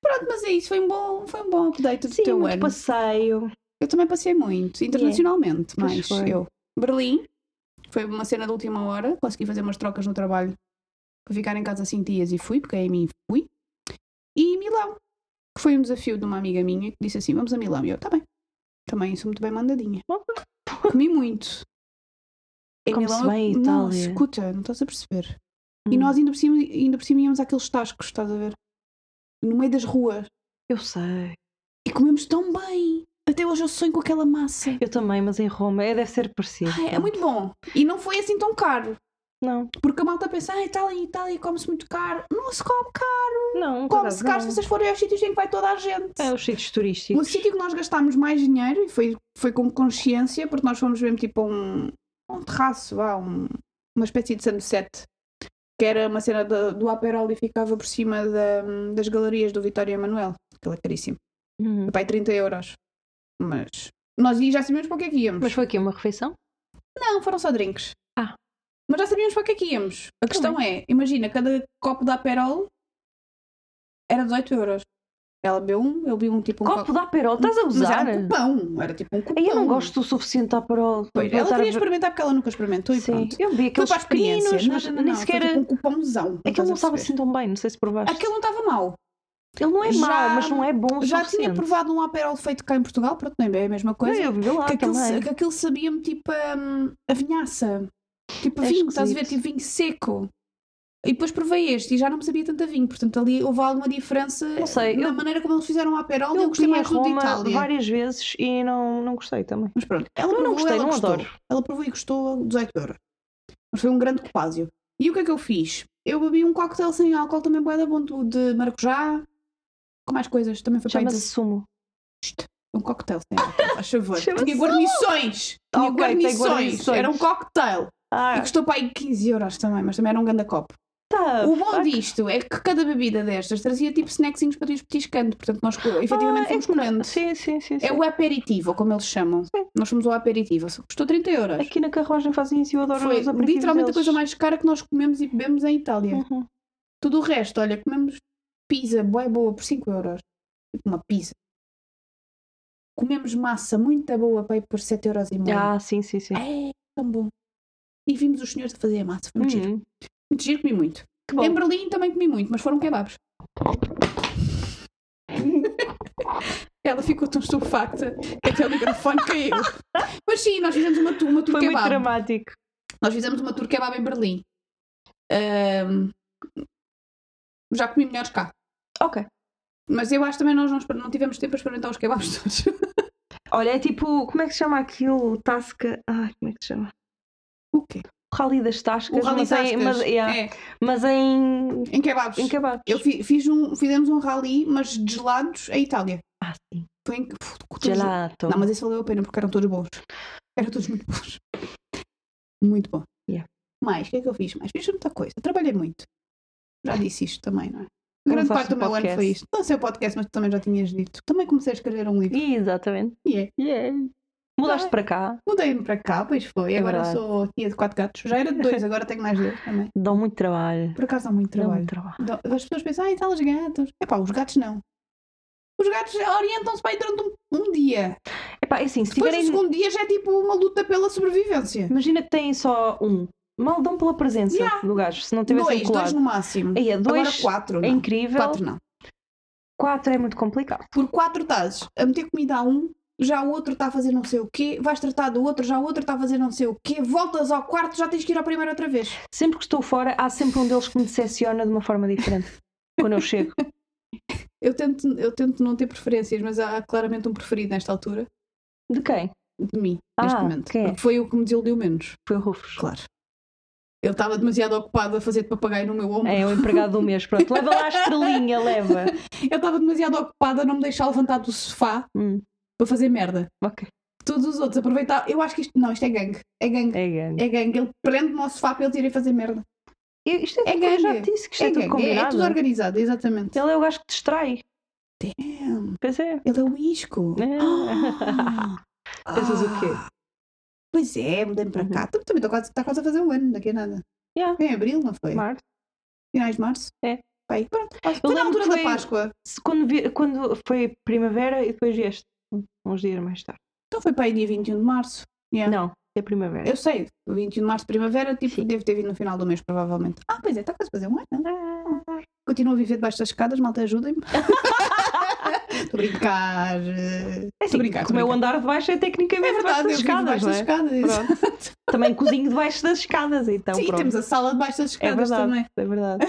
S2: Pronto, mas é isso. Foi um bom, foi um bom update do
S1: Sim,
S2: teu
S1: muito
S2: ano.
S1: passeio.
S2: Eu também passei muito, internacionalmente,
S1: Pois
S2: mas
S1: foi.
S2: eu. Berlim, foi uma cena de última hora, consegui fazer umas trocas no trabalho para ficar em casa 5 dias e fui, porque em mim fui. E Milão, que foi um desafio de uma amiga minha que disse assim: vamos a Milão. E eu, tá bem. Também sou muito bem mandadinha. Comi muito. Em
S1: Come-se
S2: Milão, eu-
S1: bem em
S2: não,
S1: Itália.
S2: escuta, não estás a perceber. E
S1: Hum.
S2: nós ainda por, cima, ainda por cima íamos àqueles tascos, estás a ver? No meio das ruas.
S1: Eu sei.
S2: E comemos tão bem. Até hoje eu sonho com aquela massa.
S1: Eu também, mas em Roma é, deve ser parecido.
S2: Ai, é
S1: pronto.
S2: muito bom. E não foi assim tão caro.
S1: Não,
S2: Porque a malta pensa, ah, Itália, Itália, come-se muito caro. Não se come caro.
S1: não. por
S2: Come-se
S1: acaso
S2: caro se
S1: não.
S2: vocês forem aos sítios em que vai toda a gente.
S1: É, os sítios
S2: O
S1: turísticos.
S2: sítio que nós gastámos mais dinheiro, e foi, foi com consciência, porque nós fomos mesmo tipo a um, a um terraço, vá, um- uma espécie de sunset. Que era uma cena da- do Aperol e ficava por cima da- das galerias do Vitória Emanuel. Aquilo é caríssimo.
S1: Uhum.
S2: Pai, 30 euros. Mas nós já sabíamos para o que é que íamos.
S1: Mas foi aqui uma refeição?
S2: Não, foram só drinks.
S1: Ah. Então
S2: Mas já sabíamos para que é que íamos. A questão é, imagina, cada copo da Aperol era 18 euros. Ela bebeu um, eu bebi um tipo um
S1: Copo da Aperol, estás a
S2: Mas
S1: usar?
S2: era um cupão, era tipo um cupão.
S1: Aí eu não gosto o suficiente da Aperol.
S2: Pois,
S1: para estar
S2: ela
S1: a
S2: queria
S1: ver-
S2: experimentar porque ela nunca experimentou e
S1: Sim,
S2: pronto.
S1: eu vi
S2: Foi
S1: aqueles
S2: para a experiência.
S1: pequenos,
S2: Não,
S1: mas
S2: não, não,
S1: nem
S2: não, foi
S1: sequer...
S2: tipo um cupãozão. não
S1: Aquilo não
S2: estás a
S1: sabe assim
S2: perceber.
S1: tão bem, não sei se provaste.
S2: Aquilo não estava mal.
S1: Ele não é
S2: Já-
S1: mau, mas não é bom o
S2: Já
S1: suficiente.
S2: tinha provado um Aperol feito cá em Portugal, pronto, nem bem é a mesma coisa.
S1: Não, eu vi lá
S2: que aquilo,
S1: também.
S2: que aquilo sabia-me tipo hum, a vinhaça. Tipo
S1: É
S2: vinho, estás a ver?
S1: esquisito.
S2: Tipo vinho seco. E depois provei este e já não me sabia tanto a vinho. Portanto, ali houve alguma diferença
S1: Não sei,
S2: na
S1: eu-
S2: maneira como eles fizeram a Aperol e eu
S1: Eu
S2: gostei
S1: vi em
S2: mais do de
S1: Roma
S2: Itália.
S1: várias vezes e não, não gostei também.
S2: Mas pronto, ela
S1: Não,
S2: provou,
S1: não gostei,
S2: ela
S1: não
S2: gostou.
S1: adoro.
S2: Ela provou e custou 18 euros. Mas foi um grande copásio. E o que é que eu fiz? Eu bebi um cocktail sem álcool também bué da bom do- de maracujá, com mais coisas. Também foi para aí
S1: Chama-se
S2: 16.
S1: sumo.
S2: Um cocktail sem álcool, faz favor.
S1: Chama-se
S2: Tinha guarnições. Tinha
S1: Ok, tem
S2: guarnições.
S1: guarnições.
S2: Era um cocktail. E
S1: Ah,
S2: custou para aí 15 euros também, mas também era um ganda copo.
S1: the
S2: O bom
S1: Ah, fuck?
S2: disto é que cada bebida destas trazia tipo snackzinhos para tu ires petiscando, portanto nós co- efetivamente
S1: Ah,
S2: fomos
S1: é que não-
S2: comendo.
S1: Sim, sim, sim. sim.
S2: É o aperitivo, como eles chamam.
S1: Sim.
S2: Nós fomos ao aperitivo, só custou 30 euros.
S1: Aqui na carruagem fazem isso e eu adoro
S2: Foi
S1: os aperitivos
S2: literalmente a
S1: deles.
S2: coisa mais cara que nós comemos e bebemos em Itália.
S1: Uhum.
S2: Tudo o resto, olha, comemos pizza boa boa por 5 euros. Tipo Uma pizza. Comemos massa muito boa para ir por 7 euros e meio.
S1: Ah, sim, sim, sim.
S2: É tão bom. E vimos os senhores a fazer a massa. Foi muito giro.
S1: Uhum.
S2: Muito giro, comi muito.
S1: Que bom.
S2: Em Berlim também comi muito, mas foram kebabs. Ela ficou tão estupefacta que até o microfone caiu. Mas sim, nós fizemos uma, tu- uma tour
S1: Foi muito
S2: kebab.
S1: dramático.
S2: Nós fizemos uma tour kebab em Berlim. Ahm, já comi melhores cá.
S1: Ok.
S2: Mas eu acho também nós não, exper- não tivemos tempo para experimentar os kebabs todos.
S1: Olha, é tipo, como é que se chama aquilo? Tasca. Ai, como é que se chama?
S2: O quê?
S1: O Rally das Tascas.
S2: O rally
S1: mas em- Mas,
S2: tascas.
S1: yeah,
S2: É,
S1: mas em.
S2: em kebabs.
S1: Em kebabs.
S2: Eu fi- fiz um, fizemos um rally, mas de gelados, a Itália.
S1: Ah, sim.
S2: Foi em... Puf, todos-
S1: Gelato.
S2: Não, mas esse valeu a pena porque eram todos bons. Eram todos muito bons. Muito bom.
S1: Yeah.
S2: Mais, o que é que eu fiz mais? Fiz muita coisa. Trabalhei muito. Já disse isto também, não é?
S1: Ah. Não
S2: Grande
S1: faço
S2: parte do meu ano
S1: podcast.
S2: foi isto. Lancei o podcast, mas tu também já tinhas dito. Também comecei a escrever um livro.
S1: Exatamente.
S2: Yeah.
S1: Yeah. Tá Mudaste
S2: Ai.
S1: para cá,
S2: Mudei-me para cá, pois foi.
S1: É
S2: agora
S1: verdade.
S2: sou tia de quatro gatos. Já era de dois, agora tenho mais dois também.
S1: dão muito trabalho.
S2: Por acaso há muito
S1: Dão
S2: trabalho.
S1: muito trabalho.
S2: Então, As pessoas pensam, ah, e tal, os gatos. Epá, os gatos não. Os gatos orientam-se bem durante um, um dia.
S1: Epá, é assim, se
S2: Depois
S1: tiverem.
S2: do segundo dia já é tipo uma luta pela sobrevivência.
S1: Imagina que têm só um. Mal dão pela presença
S2: Yeah.
S1: do gajo, se não tivessem
S2: Dois, dois
S1: colado.
S2: no máximo.
S1: Aí é dois.
S2: Agora quatro,
S1: é
S2: não.
S1: incrível.
S2: Quatro não.
S1: Quatro é muito complicado.
S2: Por quatro estás a meter comida a um, já o outro está a fazer não sei o quê, vais tratar do outro, já o outro está a fazer não sei o quê, voltas ao quarto, já tens que ir ao primeiro outra vez.
S1: Sempre que estou fora, há sempre um deles que me decepciona de uma forma diferente. Quando eu chego.
S2: Eu tento, eu tento não ter preferências, mas há claramente um preferido nesta altura,
S1: De quem?
S2: de mim, neste
S1: Ah,
S2: momento.
S1: quem é?
S2: Porque Foi o que me desiludiu menos,
S1: Foi o Rufus.
S2: claro. Ele estava demasiado ocupado a fazer de papagaio no meu ombro.
S1: É, o empregado do mês. Pronto, leva lá a estrelinha, leva.
S2: Eu estava demasiado ocupada a não me deixar levantar do sofá
S1: Hum,
S2: para fazer merda.
S1: ok.
S2: Todos os outros aproveitavam. Eu acho que isto. Não, isto é gangue. É gangue.
S1: É gangue.
S2: É gangue, ele prende-me ao sofá para eles irem fazer merda.
S1: Eu- Isto é,
S2: É
S1: tudo- eu já
S2: gangue.
S1: te disse que isto é, tudo
S2: gangue, é, é
S1: combinado.
S2: tudo organizado, exatamente.
S1: Ele é o gajo que distrai.
S2: Damn,
S1: Pois é.
S2: ele é o isco.
S1: É.
S2: Ah,
S1: Pensas o quê? Uhum.
S2: ah, Pois é, mudei-me para cá. Tu Também está quase, está quase a fazer um ano, daqui a nada.
S1: Yeah.
S2: Foi em abril, não foi?
S1: Marta.
S2: Finais de março?
S1: É.
S2: Foi, pronto. Foi na
S1: lembro
S2: altura
S1: que
S2: da
S1: foi-
S2: Páscoa.
S1: Se- Quando, vi- quando foi primavera e depois este. Uns dias mais tarde.
S2: Então foi para aí dia 21 de março. Yeah.
S1: Não, é primavera.
S2: Eu sei, 21 de março, primavera, tipo,
S1: Sim.
S2: deve ter vindo no final do mês, provavelmente. Ah, pois é, está quase a fazer um ano.
S1: Ah, é
S2: Continuo a viver debaixo das escadas, malta, ajudem-me. Estou a brincar. eh,
S1: É
S2: Estou
S1: assim,
S2: a brincar.
S1: como é
S2: estou
S1: o
S2: a brincar.
S1: andar de baixo, é tecnicamente
S2: É verdade, eu
S1: debaixo
S2: vivo
S1: das escadas,
S2: debaixo
S1: não
S2: das
S1: é?
S2: escadas.
S1: Pronto. Também cozinho debaixo das escadas, então
S2: Sim,
S1: pronto.
S2: temos a sala debaixo das
S1: É
S2: escadas
S1: verdade,
S2: também.
S1: é verdade.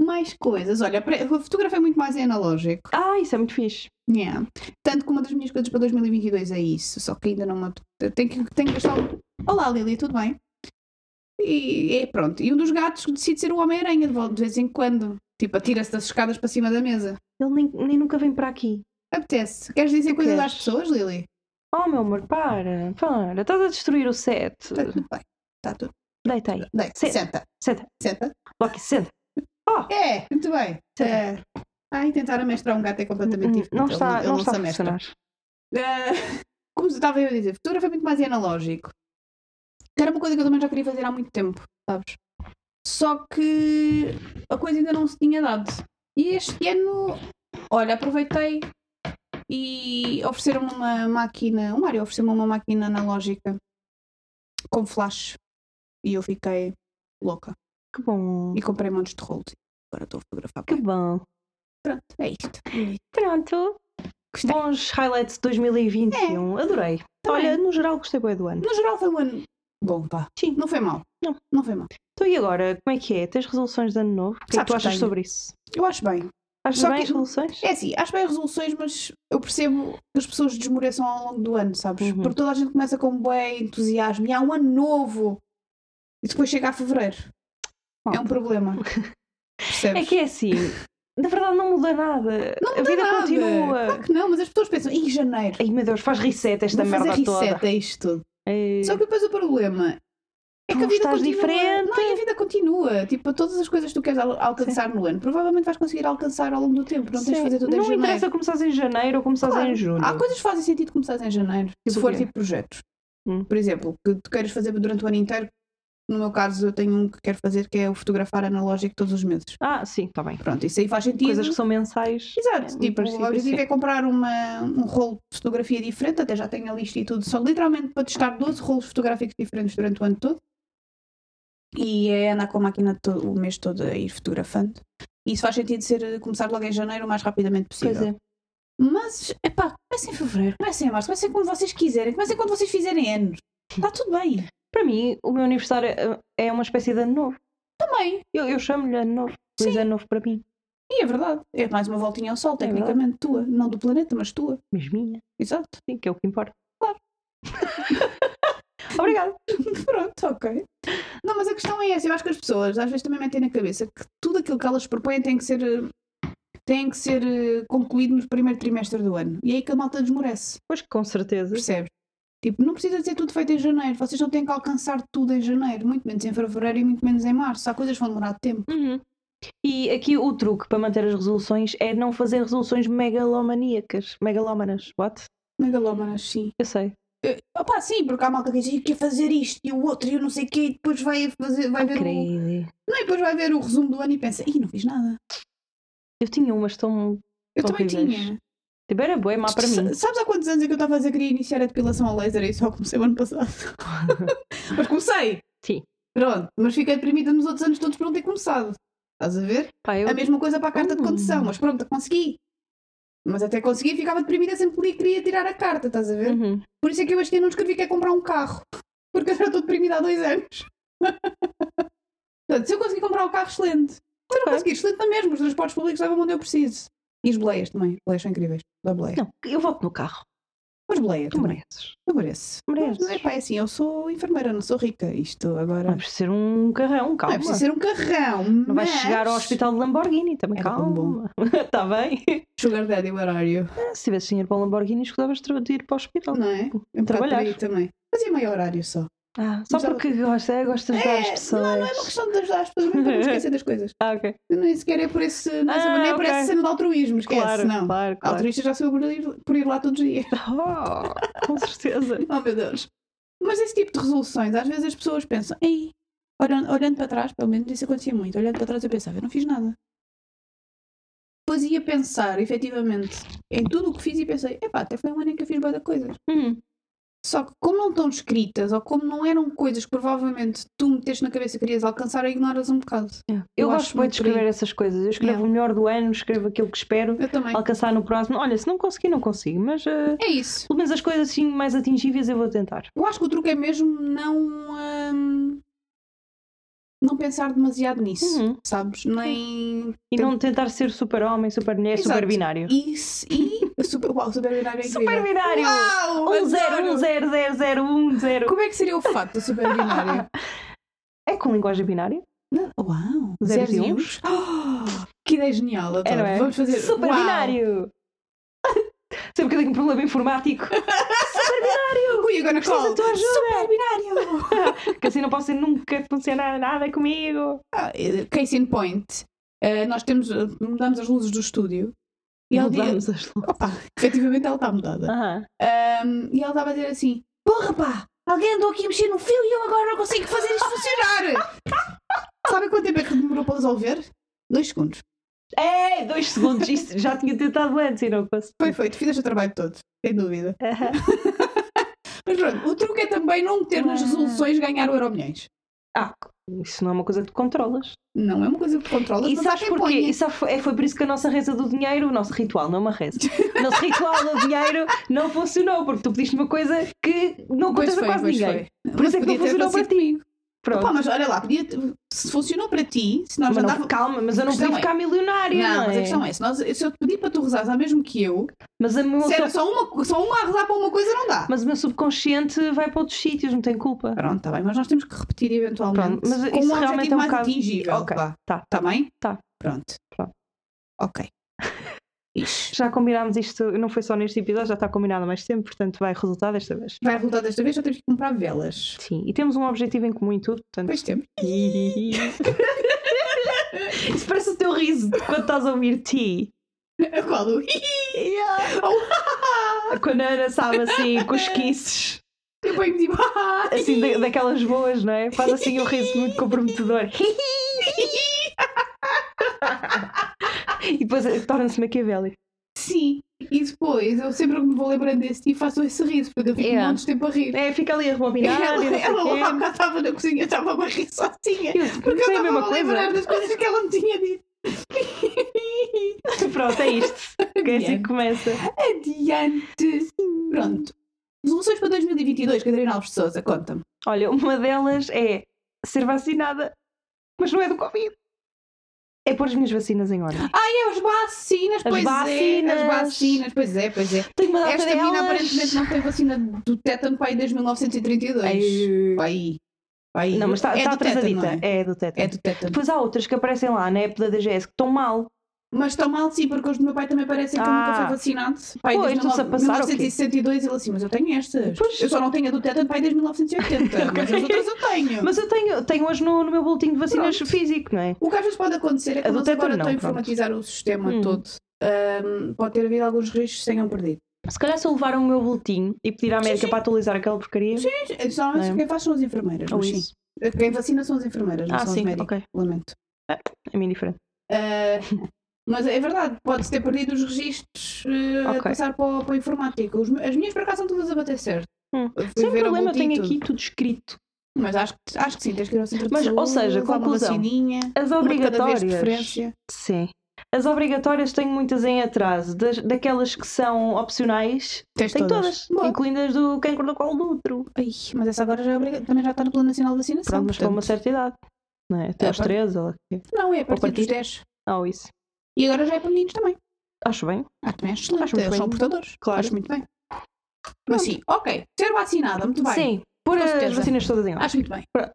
S2: Mais coisas. Olha, pre- eu fotografei muito mais em analógico.
S1: Ah, isso é muito fixe.
S2: Yeah. Tanto que uma das minhas coisas para 2022 é isso. Só que ainda não me apete- tenho que, tenho que gastar. um- Olá, Lili, tudo bem? E é pronto. E um dos gatos decide ser o Homem-Aranha de vol- de vez em quando. Tipo, atira-se das escadas para cima da mesa.
S1: Ele nem, nem nunca vem para aqui.
S2: Apetece. Queres dizer
S1: Tu
S2: coisas
S1: queres?
S2: às pessoas, Lili?
S1: Oh meu amor, para, para, estás a destruir o set.
S2: Está Tá tudo bem. Está tudo.
S1: Deita aí,
S2: bem.
S1: Senta.
S2: Senta.
S1: senta,
S2: Senta.
S1: Loki, senta.
S2: É, muito bem.
S1: Senta.
S2: É. Ai, tentar amestrar um gato é completamente
S1: Hum,
S2: diferente.
S1: Não
S2: Ele
S1: está,
S2: ele
S1: não
S2: se
S1: está a
S2: amestra.
S1: funcionar.
S2: Ah, como estava eu a dizer, fotografia muito mais em analógico. Que era uma coisa que eu também já queria fazer há muito tempo, sabes? Só que a coisa ainda não se tinha dado. E este ano, olha, aproveitei e ofereceram-me uma máquina. O Mário ofereceu-me uma máquina analógica com flash. E eu fiquei louca.
S1: Que bom,
S2: E comprei montes de rolos. Agora estou a fotografar.
S1: que
S2: bem.
S1: bom.
S2: Pronto, é isto.
S1: Pronto.
S2: Gostei. É.
S1: Bons highlights de 2021. Adorei.
S2: Também.
S1: Olha, no geral gostei bem do ano.
S2: No geral foi um ano bom, pá.
S1: Sim.
S2: Não foi mal.
S1: Não.
S2: Não foi mal.
S1: Então e agora, como é que é? Tens resoluções de ano novo? O que é que
S2: Sabes
S1: tu
S2: que
S1: achas
S2: tenho.
S1: sobre isso?
S2: Eu acho bem.
S1: Achas
S2: Só
S1: bem
S2: que-
S1: as resoluções?
S2: É assim, acho bem resoluções, mas eu percebo que as pessoas desmoreçam ao longo do ano, sabes?
S1: Uhum.
S2: Porque toda a gente começa com um bué entusiasmo e há um ano novo e depois chega a fevereiro. É um
S1: Malta.
S2: problema.
S1: É
S2: Percebes?
S1: que é assim, na verdade não muda nada. a vida
S2: Nada.
S1: continua.
S2: Claro que não, mas as pessoas pensam, em janeiro,
S1: Ai meu Deus, faz reset esta
S2: vou fazer
S1: merda
S2: reset
S1: toda. É.
S2: a isto tudo.
S1: Ei.
S2: Só que depois o problema É
S1: Tu
S2: que a vida
S1: estás
S2: continua.
S1: diferente.
S2: Não, e a vida continua. Tipo, todas as coisas que tu queres al- alcançar no ano, provavelmente vais conseguir alcançar ao longo do tempo. Não tens de
S1: Sim.
S2: fazer tudo em
S1: Não
S2: janeiro.
S1: interessa começares em janeiro ou começares
S2: Claro.
S1: em julho.
S2: Há coisas que fazem sentido começar em janeiro,
S1: Tipo
S2: se
S1: o
S2: for
S1: quê?
S2: tipo projetos.
S1: Hum.
S2: Por exemplo, que tu queiras fazer durante o ano inteiro. No meu caso, eu tenho um que quero fazer que é o fotografar analógico todos os meses.
S1: Ah, sim, está bem.
S2: Pronto, isso aí faz sentido.
S1: Coisas que são mensais.
S2: Exato,
S1: É, no
S2: tipo, o
S1: princípio,
S2: objetivo
S1: sim.
S2: é comprar uma, um rolo de fotografia diferente, até já tenho a lista e tudo, só literalmente para testar 12 rolos fotográficos diferentes durante o ano todo. E é andar com a máquina todo, o mês todo a ir fotografando. E isso faz sentido ser começar logo em janeiro o mais rapidamente possível.
S1: Pois é.
S2: Mas, epá, comecem em fevereiro, comecem em março, comecem quando vocês quiserem, comecem quando vocês fizerem anos. Está tudo bem.
S1: Para mim, o meu aniversário eh, é uma espécie de ano novo.
S2: Também.
S1: Eu, eu chamo-lhe ano novo. Pois é ano novo para mim.
S2: E é verdade. É mais uma voltinha ao sol,
S1: É verdade.
S2: tecnicamente tua. Não do planeta, mas tua.
S1: Mas minha.
S2: Exato.
S1: Sim, que é o que importa.
S2: Obrigada. Pronto, ok. Não, mas a questão é essa. Eu acho que as pessoas às vezes também metem na cabeça que tudo aquilo que elas propõem tem que ser, eh, tem que ser eh, concluído no primeiro trimestre do ano. E é aí que a malta desmorece,
S1: Pois que com certeza.
S2: percebes? Tipo, não precisa de ser tudo feito em janeiro. Vocês não têm que alcançar tudo em janeiro, muito menos em fevereiro e muito menos em março. Há coisas que vão demorar tempo.
S1: Uhum. E aqui o truque para manter as resoluções é não fazer resoluções megalomaníacas. Megalómanas, what?
S2: Megalómanas, sim.
S1: Eu sei.
S2: Eh, Opá, sim, porque há malta que diz "Eu quer fazer isto e o outro e eu não sei o quê, e depois vai, fazer, vai, ver o,
S1: Crazy.
S2: não, e depois vai ver o resumo do ano e pensa, ih, não fiz nada.
S1: Eu tinha umas tão.
S2: Eu
S1: São
S2: também
S1: horríveis.
S2: tinha.
S1: Tipo, era boa, má para
S2: Sa-
S1: mim.
S2: Sabes há quantos anos é que eu estava a dizer que queria iniciar a depilação a laser e só comecei o ano passado? mas comecei!
S1: Sim.
S2: Pronto, mas fiquei deprimida nos outros anos todos por não ter começado. Estás a ver?
S1: Pá, eu...
S2: A mesma coisa para a carta de
S1: Hum.
S2: condução, mas pronto, consegui. Mas até consegui, ficava deprimida sempre que queria tirar a carta, estás a ver?
S1: Uhum.
S2: Por isso é que eu este ano não escrevi que é comprar um carro. Porque eu já estou deprimida há dois anos. Portanto, se eu conseguir comprar um carro, excelente. Se eu não
S1: Ok.
S2: conseguir, excelente na mesma. Os transportes públicos levam onde eu preciso. E as boleias também. As boleias são incríveis. Da boleia.
S1: Não, eu volto no carro.
S2: Mas boleia
S1: Tu
S2: também.
S1: mereces.
S2: Eu mereço.
S1: Mereces.
S2: Mas, epá, é assim, eu sou enfermeira, não sou rica. Isto agora...
S1: Não é preciso ser um carrão,
S2: Não
S1: calma.
S2: é preciso ser um carrão,
S1: Não vais chegar ao hospital de Lamborghini também,
S2: Era tão bom.
S1: calma. Está bem?
S2: Sugar daddy, where are you?
S1: Ah, Se tivesse dinheiro para o Lamborghini, escutavas de ir para o hospital.
S2: Não é? É um bocado por
S1: Trabalhar.
S2: aí também. Fazia meio horário só.
S1: Ah, só
S2: Mas ela-
S1: porque gosta, é, gosta de ajudar as pessoas.
S2: Não, não é uma questão de ajudar as pessoas, mas para não esquecer das coisas.
S1: Ah, ok.
S2: Nem sequer é por esse, não é
S1: Ah,
S2: nem por
S1: ok.
S2: essa cena de altruísmo, esquece,
S1: Claro,
S2: não.
S1: claro, claro.
S2: Altruísta já sou eu por ir, por ir lá todos os dias.
S1: tipo. Oh, com certeza.
S2: Oh meu Deus. Mas esse tipo de resoluções, às vezes as pessoas pensam, ei, olhando, olhando para trás, pelo menos isso acontecia muito, olhando para trás eu pensava, eu não fiz nada. Depois ia pensar, efetivamente, em tudo o que fiz e pensei, epá, até foi um ano em que eu fiz boa coisas.
S1: Hum,
S2: Só que como não estão escritas, ou como não eram coisas que provavelmente tu meteste na cabeça que querias alcançar, ignoras um bocado.
S1: Eu,
S2: Eu acho
S1: gosto muito de
S2: muito por aí.
S1: escrever essas coisas. Eu escrevo o melhor do ano, escrevo aquilo que espero
S2: Eu também.
S1: alcançar no próximo. Olha, se não conseguir, não consigo, mas eh,
S2: É isso.
S1: pelo menos as coisas assim mais atingíveis eu vou tentar.
S2: Eu acho que o truque é mesmo não. hum, não pensar demasiado nisso,
S1: Uhum.
S2: sabes? Nem.
S1: E não tentar ser super-homem, super-mulher,
S2: Exato.
S1: super-binário.
S2: Isso e. Super, uau, super binário é incrível.
S1: Super binário!
S2: Uau! adoro!
S1: 10100010.
S2: Como é que seria o fato do super binário?
S1: É com linguagem binária?
S2: Não, uau!
S1: Zeros
S2: Zeros
S1: e
S2: e uns? Oh, que ideia genial, adoro.
S1: É, não é?
S2: Vamos fazer.
S1: Super
S2: uau.
S1: binário! Sempre que eu tenho um problema informático,
S2: Ui, agora
S1: preciso
S2: call.
S1: da tua ajuda!
S2: Super binário!
S1: Que assim não posso nunca funcionar nada comigo!
S2: Ah, eh, Case in point. eh, nós temos. eh, mudamos as luzes do estúdio. E ela diz.
S1: Mudamos as luzes.
S2: Opa, efetivamente ela está mudada.
S1: Aham.
S2: Um, e ela estava a dizer assim: Porra, pá, alguém andou aqui a mexer no fio e eu agora não consigo fazer isto funcionar. Sabe quanto tempo é que demorou para resolver? Dois segundos.
S1: É, dois segundos, isto já tinha tentado antes e não consegui.
S2: Foi feito, fizeste o trabalho todo, sem dúvida.
S1: Aham.
S2: Mas pronto, o truque é também não ter nas
S1: Ah.
S2: resoluções ganhar o euro milhões.
S1: Ah, isso não é uma coisa que tu controlas.
S2: Não é uma coisa que controlas,
S1: E
S2: mas há
S1: sabes
S2: quem
S1: porquê?
S2: ponha.
S1: E sabe- é, foi por isso que a nossa reza do dinheiro, o nosso ritual, não é uma reza, o nosso ritual do dinheiro não funcionou, porque tu pediste uma coisa que não
S2: Pois
S1: contas
S2: foi,
S1: a quase
S2: pois
S1: ninguém.
S2: foi.
S1: Por isso é que não
S2: podia ter
S1: funcionou para
S2: acontecido
S1: ti. Pronto.
S2: Pá, mas olha lá, podia ter- se funcionou para ti, se nós
S1: Mas não-
S2: andávamos.
S1: calma, mas eu não
S2: Questão
S1: podia
S2: é-
S1: ficar milionária, não,
S2: Não, mas
S1: é?
S2: a questão é: se, nós, se eu te pedir para tu rezares a mesmo que eu,
S1: Mas, a meu
S2: se era
S1: sub-
S2: só uma, só uma a rezar para uma coisa, não dá.
S1: mas o meu subconsciente vai para outros sítios, não tem culpa.
S2: Ah, Pronto, está bem, mas nós temos que repetir eventualmente.
S1: Pronto, mas
S2: com
S1: isso realmente
S2: um
S1: é
S2: objetivo
S1: um
S2: mais Tá,
S1: bocado-
S2: atingível.
S1: Ok,
S2: vá.
S1: tá.
S2: Tá bem?
S1: Tá.
S2: Pronto.
S1: Pronto.
S2: Ok. Ixi.
S1: Já combinámos isto, não foi só neste episódio, já está combinado mais tempo, portanto vai resultar desta vez.
S2: Vai voltar desta vez, já temos que comprar velas.
S1: Sim, e temos um objetivo em comum em tudo, portanto.
S2: Depois temos.
S1: Isso parece o teu riso de quando estás a ouvir ti.
S2: A qual o
S1: Quando a Ana sabe assim, cosquices,
S2: Eu ponho tipo.
S1: assim da- daquelas boas, não é? Faz assim um riso muito comprometedor. E depois eh, torna-se maquiavélico.
S2: Sim. E depois, eu sempre que me vou lembrando desse tipo, faço esse riso, porque eu fico
S1: Yeah.
S2: um monte de tempo a rir.
S1: É, fica ali a rebobinar
S2: ela
S1: e não sei
S2: ela
S1: o quê.
S2: lá quando estava na cozinha, estava a rir sozinha.
S1: Eu,
S2: Porque eu
S1: foi a
S2: estava
S1: mesma
S2: a lembrar
S1: coisa.
S2: das coisas que ela me tinha dito.
S1: Pronto, é isto. Que é assim que começa.
S2: Adiante. Pronto. Resoluções para 2022, Catarina Alves de Souza, conta-me.
S1: Olha, uma delas é ser vacinada, mas não é do Covid. É pôr as minhas vacinas em ordem.
S2: É, as vacinas,
S1: As
S2: pois
S1: vacinas.
S2: é. As vacinas, pois é, pois é.
S1: Tenho uma data
S2: Esta
S1: delas.
S2: mina aparentemente não tem vacina do tétano para aí desde 1932.
S1: Ai,
S2: Vai aí. Vai aí.
S1: Não, mas está
S2: é
S1: está
S2: do tétano,
S1: atrasadita.
S2: não é?
S1: É do tétano.
S2: É do tétano.
S1: Depois há outras que aparecem lá na app da DGS que estão mal.
S2: Mas estão mal sim, porque os do meu pai também parecem que ele nunca
S1: Ah.
S2: foi vacinado. Pai,
S1: Pois,
S2: desde
S1: estão-se a passar, ou quê?
S2: 1962, ele assim, mas eu tenho estas.
S1: Pois.
S2: Eu só não tenho a do tétano pai desde 1980, mas as outras eu tenho.
S1: Mas eu tenho, tenho hoje no, no meu boletim de vacinas
S2: Pronto.
S1: físico, não é?
S2: O que às vezes pode acontecer é que
S1: A do
S2: eles
S1: tétano
S2: agora
S1: não,
S2: estão a
S1: pronto.
S2: informatizar o sistema
S1: Hum.
S2: todo. Ahm, pode ter havido alguns riscos que se tenham perdido.
S1: Se calhar se eu levar o meu boletim e pedir à médica para atualizar aquela porcaria. Sim,
S2: Mas, Normalmente
S1: Não. é?
S2: quem faz são as enfermeiras,
S1: ou
S2: mas sim.
S1: isso.
S2: Quem vacina são as enfermeiras, não
S1: Ah,
S2: são
S1: sim,
S2: os médicos.
S1: ok.
S2: Lamento.
S1: É mim diferente.
S2: Ah, mas é verdade, pode-se ter perdido os registros eh,
S1: Ok.
S2: a passar para o, para o informático. Os me- as minhas, por acaso, são todas a bater certo.
S1: Hum.
S2: Eu fui
S1: Sem
S2: ver ao
S1: problema, eu
S2: boletim
S1: tenho
S2: e
S1: aqui tudo escrito.
S2: tudo. Mas acho, que- acho que sim, tens que ir ao centro de
S1: Mas,
S2: saúde,
S1: ou seja,
S2: levar uma
S1: conclusão,
S2: vacininha,
S1: As
S2: uma de cada vez de
S1: obrigatórias.
S2: preferência.
S1: Sim. As obrigatórias tenho muitas em atraso. Das, daquelas que são opcionais,
S2: Tens
S1: tenho todas,
S2: todas. Boa.
S1: incluindo as do quem acordou com o outro.
S2: Ai, mas essa agora já é obriga- também já está no Plano Nacional de Vacinação.
S1: Pronto, mas para uma
S2: portanto.
S1: certa idade. Não é? Até
S2: É,
S1: aos
S2: pronto.
S1: 13 ou lá o quê.
S2: Não, é a
S1: Ou
S2: partir
S1: partido.
S2: dos 10.
S1: Ah, ou isso.
S2: E agora já é para meninos também.
S1: Acho bem.
S2: Ah, também acho excelente.
S1: Acho muito
S2: Eles
S1: bem.
S2: são portadores.
S1: Claro.
S2: Acho muito bem. Mas sim, ok. Ser vacinada, muito bem.
S1: Sim, pôr
S2: Com
S1: as
S2: certeza.
S1: vacinas todas em ordem.
S2: Acho muito Tá bem.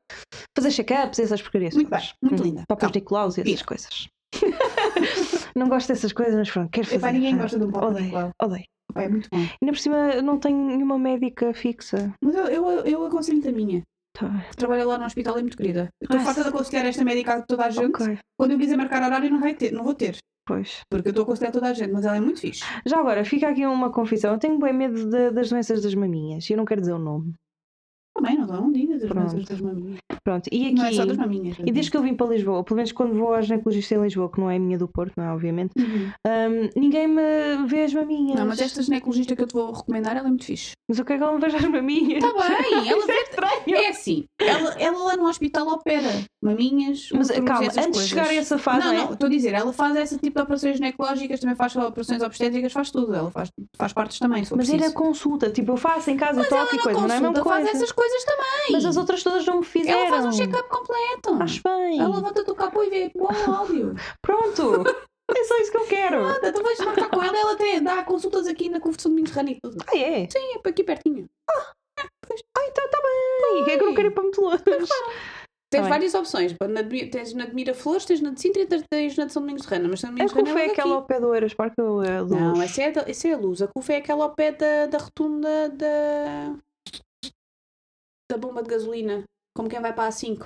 S1: Fazer check-ups, essas porcarias.
S2: Muito
S1: todas.
S2: bem, Uhum. muito
S1: Hum,
S2: linda.
S1: Para
S2: Calma.
S1: particulares e essas
S2: Vira.
S1: coisas. não gosto dessas coisas, mas pronto, quero fazer.
S2: Epá, ninguém gosta de um pau
S1: Odeio.
S2: particular.
S1: Odeio.
S2: Epá, É muito bom.
S1: Ainda por cima, não tenho nenhuma médica fixa.
S2: Mas eu, eu, eu aconselho-te a minha,
S1: Tá bem.
S2: que trabalha lá no hospital é muito querida. Eu Estou
S1: Ah,
S2: farta de aconselhar esta médica a toda a gente.
S1: Ok,
S2: Quando eu quiser marcar horário, não, vai ter, não vou ter,
S1: pois.
S2: porque eu estou a aconselhar toda a gente, mas ela é muito fixe.
S1: Já agora, fica aqui uma confissão. Eu tenho bem medo de- das doenças das maminhas. e Eu não quero dizer o nome.
S2: Também, não dá um dia das
S1: Pronto.
S2: doenças das maminhas.
S1: Pronto, e aqui.
S2: Não é só das maminhas.
S1: E desde que eu vim para Lisboa, pelo menos quando vou à ginecologista em Lisboa, que não é a minha do Porto, não é? Obviamente,
S2: Uhum.
S1: hum, ninguém me vê as maminhas.
S2: Não, mas esta ginecologista que eu te vou recomendar, ela é muito fixe.
S1: Mas eu quero que ela me veja as maminhas.
S2: Está bem, ela
S1: Isso Tá é estranho.
S2: é assim. Ela, ela lá no hospital opera maminhas, um
S1: Mas
S2: úteros,
S1: calma,
S2: essas
S1: antes de chegar
S2: coisas.
S1: a essa fase,
S2: Não,
S1: não é?
S2: não, estou a dizer, ela faz esse tipo de operações ginecológicas, também faz operações obstétricas, faz tudo. Ela faz, faz partes também, se for
S1: Mas
S2: preciso.
S1: era consulta, tipo, eu faço em casa, toque e coisa, não é a mesma
S2: Consulta, faz
S1: coisa.
S2: essas coisas também.
S1: Mas as outras todas não me fizeram.
S2: Ela faz um check-up completo.
S1: Acho bem.
S2: Ela levanta do capô e vê, bom, óbvio.
S1: Pronto! é só isso que eu quero.
S2: Anda, tu então vais marcar com ela, ela até dá consultas aqui na Conversão de Mediterrâneo e tudo.
S1: Ah, é? Sim.
S2: É para aqui pertinho.
S1: Ah, então tá bem. É que eu não quero ir para muito longe.
S2: Tens
S1: bem.
S2: várias opções. pá, na de- tens na de Miraflores, tens na de Sintra e tens- tens na de São Domingos de Rana. Mas São
S1: A
S2: Domingos de
S1: CUF
S2: Rana
S1: é
S2: é
S1: aquela
S2: aquela
S1: ao pé do Eiras Parque ou é do
S2: Não, essa é, a da- essa é a luz. A CUF é aquela ao pé da, da rotunda da... da bomba de gasolina. Como quem vai para a 5.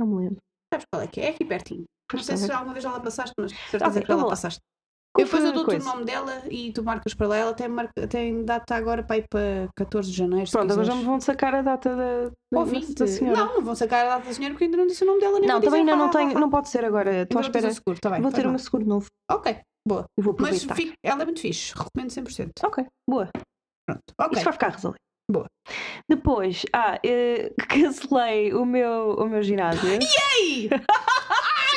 S1: Não me lembro.
S2: Sabes qual é que é? É aqui pertinho. Não
S1: Pois
S2: sei
S1: está
S2: se
S1: bem.
S2: alguma vez já lá passaste, mas de certeza
S1: Ok,
S2: que já
S1: então
S2: lá
S1: vou lá.
S2: passaste.
S1: Qual
S2: Depois
S1: foi
S2: eu
S1: a
S2: dou-te o
S1: coisa?
S2: nome dela e tu marcas para lá. Ela tem, marca, tem data agora para ir para 14 de janeiro. se
S1: Pronto, agora já
S2: quiseres.
S1: me vão sacar a data da, da,
S2: Ou 20.
S1: da senhora.
S2: Não, não vão sacar a data da senhora porque ainda não disse o nome dela. Nem
S1: Não,
S2: vou
S1: também
S2: dizer.
S1: ainda não
S2: Vá, vá,
S1: tenho.
S2: vá.
S1: Não pode ser agora. Estou
S2: Então
S1: à
S2: vou fazer
S1: espera.
S2: seguro, tá bem,
S1: Vou
S2: faz
S1: ter o
S2: mal.
S1: meu seguro novo.
S2: Ok, boa.
S1: Eu vou
S2: Mas
S1: aproveitar.
S2: fica- ela é muito fixe. Recomendo 100%.
S1: Ok, boa.
S2: Pronto. Ok.
S1: Isto vai ficar resolvido.
S2: Boa.
S1: Depois, ah, eh, cancelei o meu, o meu ginásio.
S2: Ei!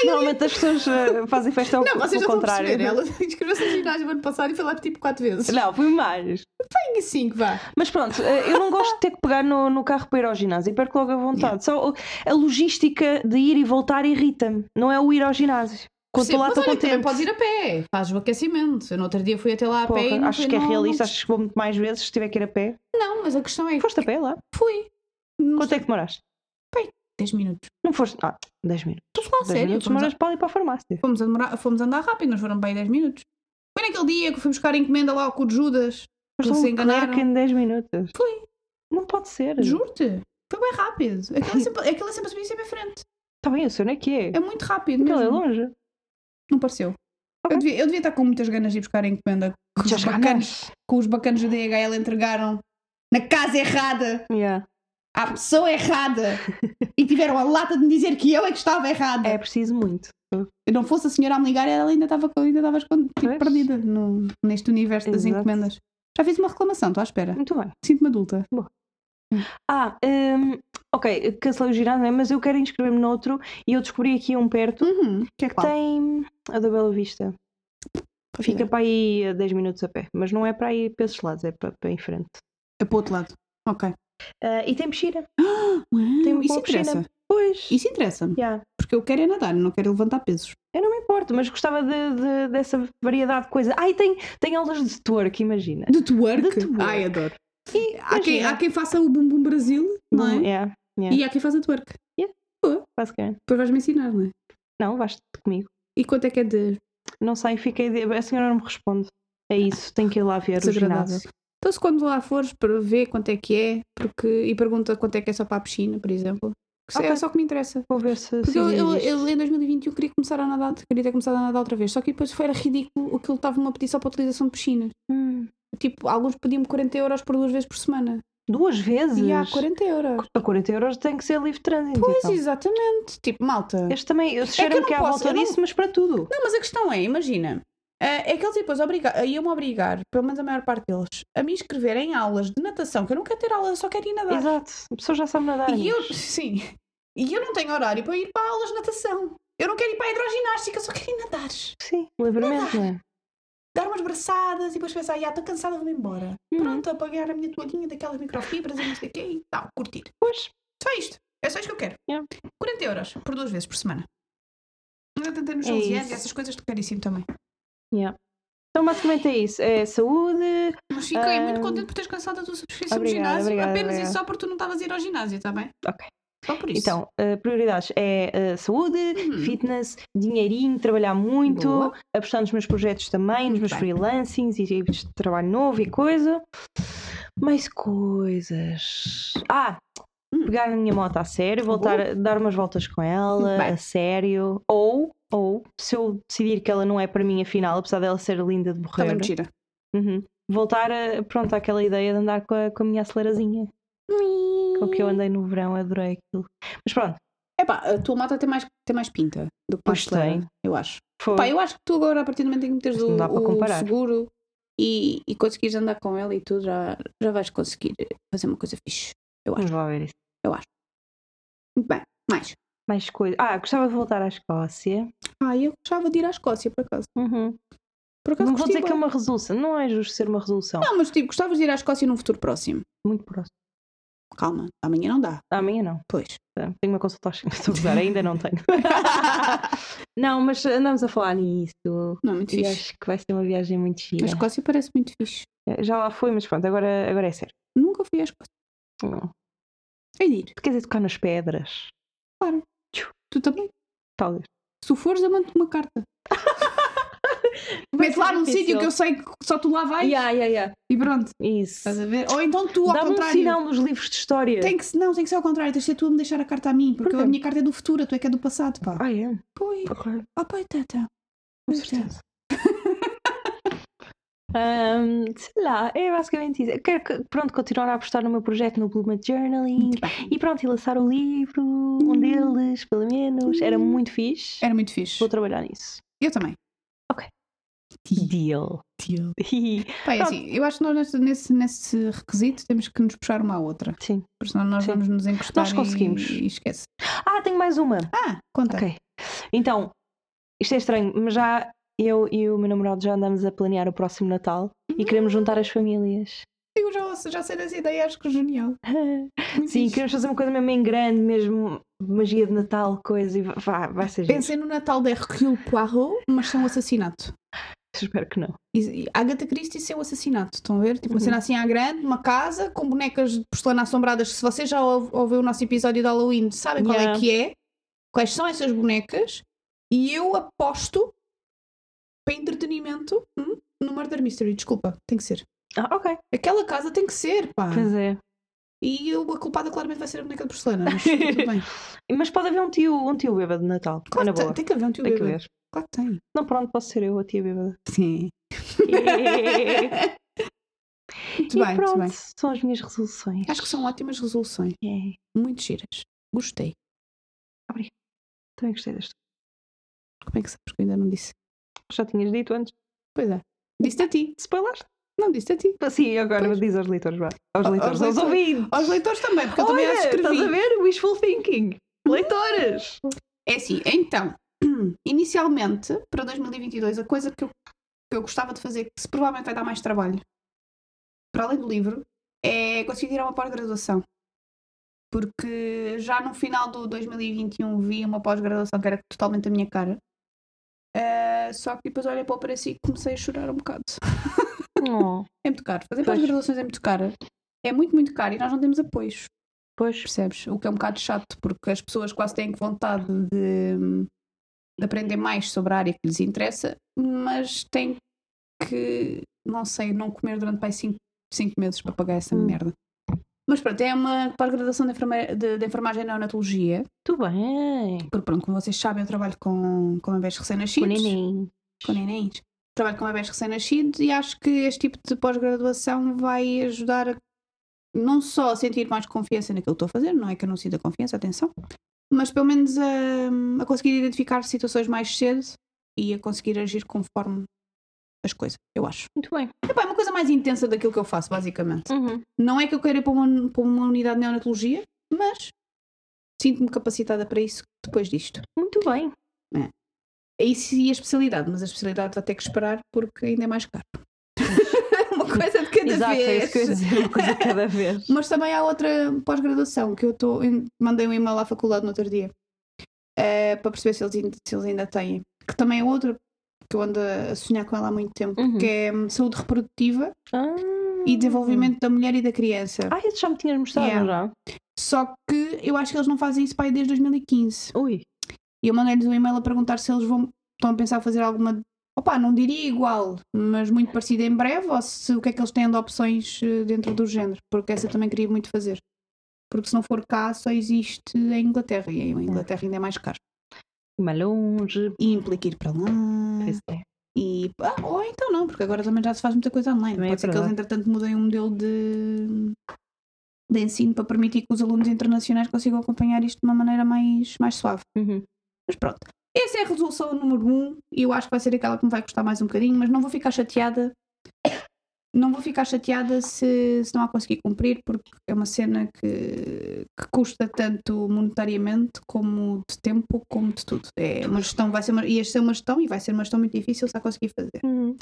S1: Normalmente as pessoas eh, fazem festa ao,
S2: Não, vocês
S1: ao
S2: não estão a
S1: contrário. né?
S2: perceber. Ela inscreveu-se no ginásio ano passado e foi lá tipo 4 vezes.
S1: Não, fui mais.
S2: Tenho 5, vá.
S1: Mas pronto, eh, eu não gosto de ter que pegar no, no carro para ir ao ginásio, perco logo a vontade. Só o- a logística de ir e voltar irrita-me, não é o ir ao ginásio. Quando estou lá,
S2: Mas
S1: estou
S2: olha que também
S1: contente.
S2: podes ir a pé. Fazes o aquecimento. Eu no outro dia fui até lá a
S1: Porra,
S2: pé e não
S1: acho
S2: foi-
S1: que é
S2: não-
S1: realista, acho que vou muito mais vezes se tiver que ir a pé.
S2: Não, mas a questão é.
S1: Foste a pé lá?
S2: Fui. Não
S1: Quanto é que demoraste?
S2: Bem, 10 minutos.
S1: Não foste. Ah, 10 minutos.
S2: Estou a falar
S1: 10
S2: sério.
S1: minutos
S2: Fomos, a-
S1: demoras para ali para a farmácia.
S2: fomos a demorar- fomos andar rápido, nós foram para aí 10 minutos. Foi naquele dia que fui buscar a encomenda lá ao cu de Judas.
S1: Mas
S2: Eles
S1: um
S2: se enganaram.
S1: Clark em 10 minutos.
S2: Foi.
S1: Não pode ser.
S2: Juro-te. Foi bem rápido. Aquilo é sempre, aquilo é sempre a subir sempre à frente.
S1: Está bem, o seu não é que é.
S2: É muito rápido
S1: Aquilo é
S2: mesmo.
S1: longe.
S2: Não pareceu.
S1: Ok.
S2: Eu, devia, eu devia estar com muitas ganas de ir buscar a encomenda que
S1: Já
S2: os,
S1: chegaram?
S2: bacanos, que os bacanos da DHL entregaram na casa errada,
S1: Yeah.
S2: à pessoa errada. e tiveram a lata de me dizer que eu é que estava errada.
S1: É preciso muito.
S2: Eu não fosse a senhora a me ligar, ela ainda estava, ainda estava escondida, tipo,
S1: Pois.
S2: perdida no- neste universo das
S1: Exato.
S2: encomendas. Já fiz uma reclamação, estou à espera.
S1: Muito bem.
S2: Sinto-me adulta.
S1: Ah, hum, ok, cancelei o girado, né? mas eu quero inscrever-me noutro e eu descobri aqui um perto
S2: Uhum. Que é
S1: que tem a da Bela Vista.
S2: é.
S1: Fica para aí a 10 minutos a pé, mas não é para aí para esses lados, é para, para em frente.
S2: É para o outro lado. Ok.
S1: Ah, e tem piscina.
S2: Uau,
S1: Tem uma
S2: isso
S1: boa piscina.
S2: interessa.
S1: Pois.
S2: Isso interessa-me.
S1: Yeah.
S2: Porque eu quero é nadar, não quero levantar pesos.
S1: Eu não me importo, mas gostava de- de- dessa variedade de coisa. Ah, e tem, tem aulas de twerk, imagina.
S2: De twerk?
S1: De twerk.
S2: Ai, adoro.
S1: E,
S2: Há quem,
S1: imagina.
S2: há quem faça o Bumbum Brasil, não é?
S1: Yeah,
S2: E há quem faça twerk.
S1: basicamente.
S2: Depois vais-me ensinar, não é?
S1: Não, basta comigo.
S2: E quanto é que é de
S1: Não sei, fiquei. de- A senhora não me responde. É isso, tenho que ir lá ver o
S2: desagradável?
S1: ginásio.
S2: Então, se quando lá fores para ver quanto é que é porque, e pergunta quanto é que é só para a piscina, por exemplo, que se- é
S1: Ok.
S2: só o que me interessa.
S1: Vou ver se.
S2: Porque
S1: se
S2: eu, eu,
S1: existe.
S2: eu em 2021 queria começar a nadar, queria ter começado a nadar outra vez, só que depois foi era ridículo o que ele estava-me a pedir só para a utilização de piscinas.
S1: Hum,
S2: Tipo, alguns pediam-me 40 euros por duas vezes por semana.
S1: duas vezes?
S2: E há 40 euros.
S1: A 40 euros tem que ser livre de trânsito.
S2: Pois,
S1: então.
S2: exatamente. Tipo, malta.
S1: Este também, eu cheiro-me
S2: não
S1: que, há
S2: posso,
S1: volta
S2: eu não-
S1: disso, mas para tudo.
S2: Não, mas a questão é, imagina, eh, é que eles depois obriga- iam-me obrigar, pelo menos a maior parte deles, a me inscrever em aulas de natação, que eu não quero ter aulas, eu só quero ir nadar.
S1: Exato, a pessoa já sabe nadar.
S2: E eu,
S1: mas-
S2: sim, e eu não tenho horário para ir para aulas de natação. Eu não quero ir para a hidroginástica, eu só quero ir nadar.
S1: Sim, livremente, não é?
S2: Dar umas braçadas e depois pensar, ah, estou cansada, vou-me embora.
S1: Uhum.
S2: Pronto, apagar a minha toalhinha daquelas microfibras e não sei o quê e tal, curtir.
S1: Pois,
S2: Só isto. É só isto que eu quero.
S1: Yeah.
S2: 40 euros por duas vezes por semana. Eu tentei nos
S1: É
S2: é
S1: isso.
S2: essas coisas de caríssimo também.
S1: então basicamente é isso. É saúde,
S2: Mas fiquei muito
S1: Ahm,
S2: contente por teres cansado a tua subscrição do
S1: Ah. obrigada,
S2: ginásio.
S1: obrigada,
S2: apenas e
S1: obrigada.
S2: só porque tu não estavas a ir ao ginásio, está bem?
S1: Ok.
S2: Só por isso.
S1: Então, eh, prioridades é eh, saúde,
S2: Uhum.
S1: fitness, dinheirinho, trabalhar muito,
S2: Boa.
S1: apostar nos meus projetos também, nos
S2: Muito
S1: meus
S2: bem.
S1: freelancings e tipos de trabalho novo e coisa. Mais coisas. Ah!
S2: Hum.
S1: Pegar a minha moto a sério, voltar a dar umas voltas com ela,
S2: Muito bem.
S1: a sério. Ou, ou, se eu decidir que ela não é para mim, afinal, apesar dela ser linda de
S2: Também
S1: morrer,
S2: mentira.
S1: Uhum. voltar a, pronto, àquela ideia de andar com a, com a minha acelerazinha, com
S2: Hum.
S1: que eu andei no verão, adorei aquilo. Mas pronto.
S2: Epá, a tua moto tem mais, tem mais pinta do que
S1: Pois
S2: pastelera,
S1: tem.
S2: eu acho.
S1: Foi.
S2: Pá, eu acho que tu agora, a partir do momento em que meteres
S1: Isto
S2: o,
S1: não dá para
S2: o
S1: comparar.
S2: seguro e, e conseguires andar com ela e tudo, já, já vais conseguir eh, fazer uma coisa fixe.
S1: Vamos lá ver isso.
S2: Muito bem, mais.
S1: Mais coisas. Ah, gostava de voltar à Escócia. Uhum.
S2: Ah, eu gostava de ir à Escócia, por acaso. Por acaso
S1: Não vou
S2: gostei
S1: dizer que é
S2: bué.
S1: uma resolução. Não é justo ser uma resolução.
S2: Não, mas tipo, gostavas de ir à Escócia num futuro próximo.
S1: Muito próximo. Ah,
S2: Calma, amanhã não dá,
S1: A minha não. Tá.
S2: pois.
S1: Tenho uma consulta às- estou a usar, ainda não tenho. não, mas andamos a falar nisso.
S2: Não, é muito
S1: E
S2: fixe.
S1: acho que vai ser uma viagem muito
S2: A
S1: gira. É,
S2: Escócia parece muito fixe.
S1: Já lá foi, mas pronto, agora, agora é sério.
S2: Nunca fui à Escócia.
S1: Não.
S2: É de ir.
S1: Tu queres ir tocar nas pedras?
S2: Tu também.
S1: Talvez.
S2: Se tu fores, eu mando-te uma carta. Mete lá num sítio que eu sei que só tu lá vais
S1: Yeah, yeah, yeah.
S2: e pronto.
S1: Isso.
S2: Estás a ver? Ou então tu, ao
S1: Dá-me um
S2: contrário.
S1: sinal nos livros de história.
S2: Tem que, se- não, tem que ser ao contrário. Tens de ser tu a me deixar a carta a mim, porque
S1: Porquê?
S2: a minha carta é do futuro, a tua é que é do passado, pá.
S1: Ah, é?
S2: Pois.
S1: Ok.
S2: Ah, pai, tata.
S1: Com
S2: tá.
S1: certeza. Ahm, sei lá, é basicamente isso. Eu quero que- pronto, continuar a apostar no meu projeto no Bluma Journaling
S2: Muito bem.
S1: e pronto, e lançar o livro, um deles, pelo menos. Era muito fixe.
S2: Era muito fixe.
S1: Vou trabalhar nisso.
S2: Eu também.
S1: Deal.
S2: Pá, é assim, eu acho que nós nesse, nesse, nesse requisito temos que nos puxar uma à outra.
S1: Sim.
S2: Porque senão nós
S1: Sim.
S2: vamos nos encostar
S1: Nós
S2: e-
S1: conseguimos.
S2: E, esquece.
S1: Ah, tenho mais uma.
S2: Ah, conta.
S1: Ok. Então, isto é estranho, mas já eu e o meu namorado já andamos a planear o próximo Natal e queremos juntar as famílias.
S2: Eu já, já sei dessa ideia, acho que é genial. Muito
S1: Sim,
S2: fixe.
S1: queremos fazer uma coisa mesmo em grande, mesmo magia de Natal, coisa e vá, vai ser giro.
S2: Pensei no Natal de Hercule Poirot, mas são um assassinato.
S1: Espero que não.
S2: E- e Agatha Christie e seu assassinato, estão a ver? Tipo, uma
S1: Uhum.
S2: cena assim à grande, uma casa com bonecas de porcelana assombradas. que Se vocês já ouve- ouviu o nosso episódio de Halloween, sabem qual é
S1: Yeah.
S2: que é, quais são essas bonecas, e eu aposto para entretenimento hum, no Murder Mystery. Desculpa, tem que ser.
S1: Ah, ok.
S2: Aquela casa tem que ser, pá.
S1: Pois é.
S2: E eu, a culpada claramente vai ser a boneca de porcelana, mas tudo bem.
S1: Mas pode haver um tio, um tio bêbado de Natal. Ah,
S2: Claro
S1: na
S2: que tem,
S1: Tá boa.
S2: tem que haver um tio
S1: Tem que
S2: bêbado.
S1: ver.
S2: Claro que tem.
S1: Não, pronto, posso ser eu, a tia bêbada.
S2: Sim.
S1: e
S2: Muito bem, muito
S1: pronto,
S2: bem.
S1: são as minhas resoluções.
S2: Acho que são ótimas resoluções.
S1: É.
S2: Muito giras. Gostei.
S1: Também gostei deste.
S2: Como é que sabes que eu ainda não disse?
S1: Já tinhas dito antes.
S2: Pois é. Disse-te a ti.
S1: Spoilers?
S2: Não, disse-te a ti.
S1: Sim, Assim, agora
S2: Pois.
S1: diz aos leitores, vá. Aos
S2: Ao-
S1: leitores,
S2: aos
S1: aos,
S2: leitores.
S1: ouvintes.
S2: Aos leitores também, porque eu também
S1: Olha,
S2: as escrevi.
S1: Estás a ver? Wishful thinking. Leitores!
S2: É assim, então, inicialmente, para 2022, a coisa que eu, que eu gostava de fazer, que se provavelmente vai dar mais trabalho, para além do livro, é conseguir tirar uma pós-graduação. Porque já no final do 2021 vi uma pós-graduação que era totalmente a minha cara. Eh, só que depois olhei para o preço e comecei a chorar um bocado.
S1: Oh,
S2: É muito caro. Fazer
S1: Pois.
S2: pós-graduações é muito caro. É muito, muito caro e nós não temos apoios.
S1: pois.
S2: Percebes? O que é um bocado chato, porque as pessoas quase têm vontade de, de aprender mais sobre a área que lhes interessa, mas têm que, não sei, não comer durante pai 5 meses para pagar essa
S1: Hum.
S2: merda. Mas pronto, é uma pós-graduação de, enferme- de, de enfermagem e neonatologia,
S1: Muito bem.
S2: porque pronto, como vocês sabem, eu trabalho com, com bebés
S1: Com
S2: recém-nascidos
S1: neném.
S2: com nenéns. Trabalho com bebés recém-nascidos e acho que este tipo de pós-graduação vai ajudar a não só a sentir mais confiança naquilo que estou a fazer, não é que eu não sinta confiança, atenção, mas pelo menos a, a conseguir identificar situações mais cedo e a conseguir agir conforme as coisas, eu acho.
S1: Muito bem.
S2: Epá, é uma coisa mais intensa daquilo que eu faço, basicamente.
S1: Uhum.
S2: Não é que eu queira ir para uma, para uma unidade de neonatologia, mas sinto-me capacitada para isso depois disto.
S1: Muito bem.
S2: É isso e a especialidade, mas a especialidade vai ter que esperar porque ainda é mais caro. uma coisa de cada
S1: Exato, é isso
S2: vez.
S1: que eu ia dizer. Uma coisa cada vez.
S2: Mas também há outra pós-graduação que eu estou. Mandei um e-mail à faculdade no outro dia eh, para perceber se eles, ainda, se eles ainda têm. Que também é outra que eu ando a sonhar com ela há muito tempo,
S1: Uhum.
S2: que é hum, saúde reprodutiva
S1: Ah.
S2: e desenvolvimento da mulher e da criança.
S1: Ah, isso já me tinhas mostrado
S2: Yeah.
S1: já.
S2: Só que eu acho que eles não fazem isso para aí desde 2015.
S1: Ui.
S2: E eu mandei-lhes um e-mail a perguntar se eles vão, estão a pensar fazer alguma. Opa, não diria igual, mas muito parecida em breve, ou se o que é que eles têm de opções eh, dentro do género, porque essa eu também queria muito fazer. Porque se não for cá, só existe em Inglaterra, e em Inglaterra ainda é mais caro.
S1: Mais longe.
S2: E implica ir para lá.
S1: Pois é.
S2: E, ah, ou então não, porque agora também já se faz muita coisa online.
S1: Também é
S2: Pode ser que eles,
S1: verdade.
S2: entretanto, mudem o modelo de, de ensino para permitir que os alunos internacionais consigam acompanhar isto de uma maneira mais, mais suave.
S1: Uhum.
S2: Mas pronto. Essa é a resolução número um e eu acho que vai ser aquela que me vai custar mais um bocadinho, mas não vou ficar chateada. Não vou ficar chateada se, se não a conseguir cumprir, porque é uma cena que, que custa tanto monetariamente, como de tempo, como de tudo. É uma gestão, vai ser uma, ia ser uma gestão e vai ser uma gestão muito difícil se a conseguir fazer.
S1: Uhum.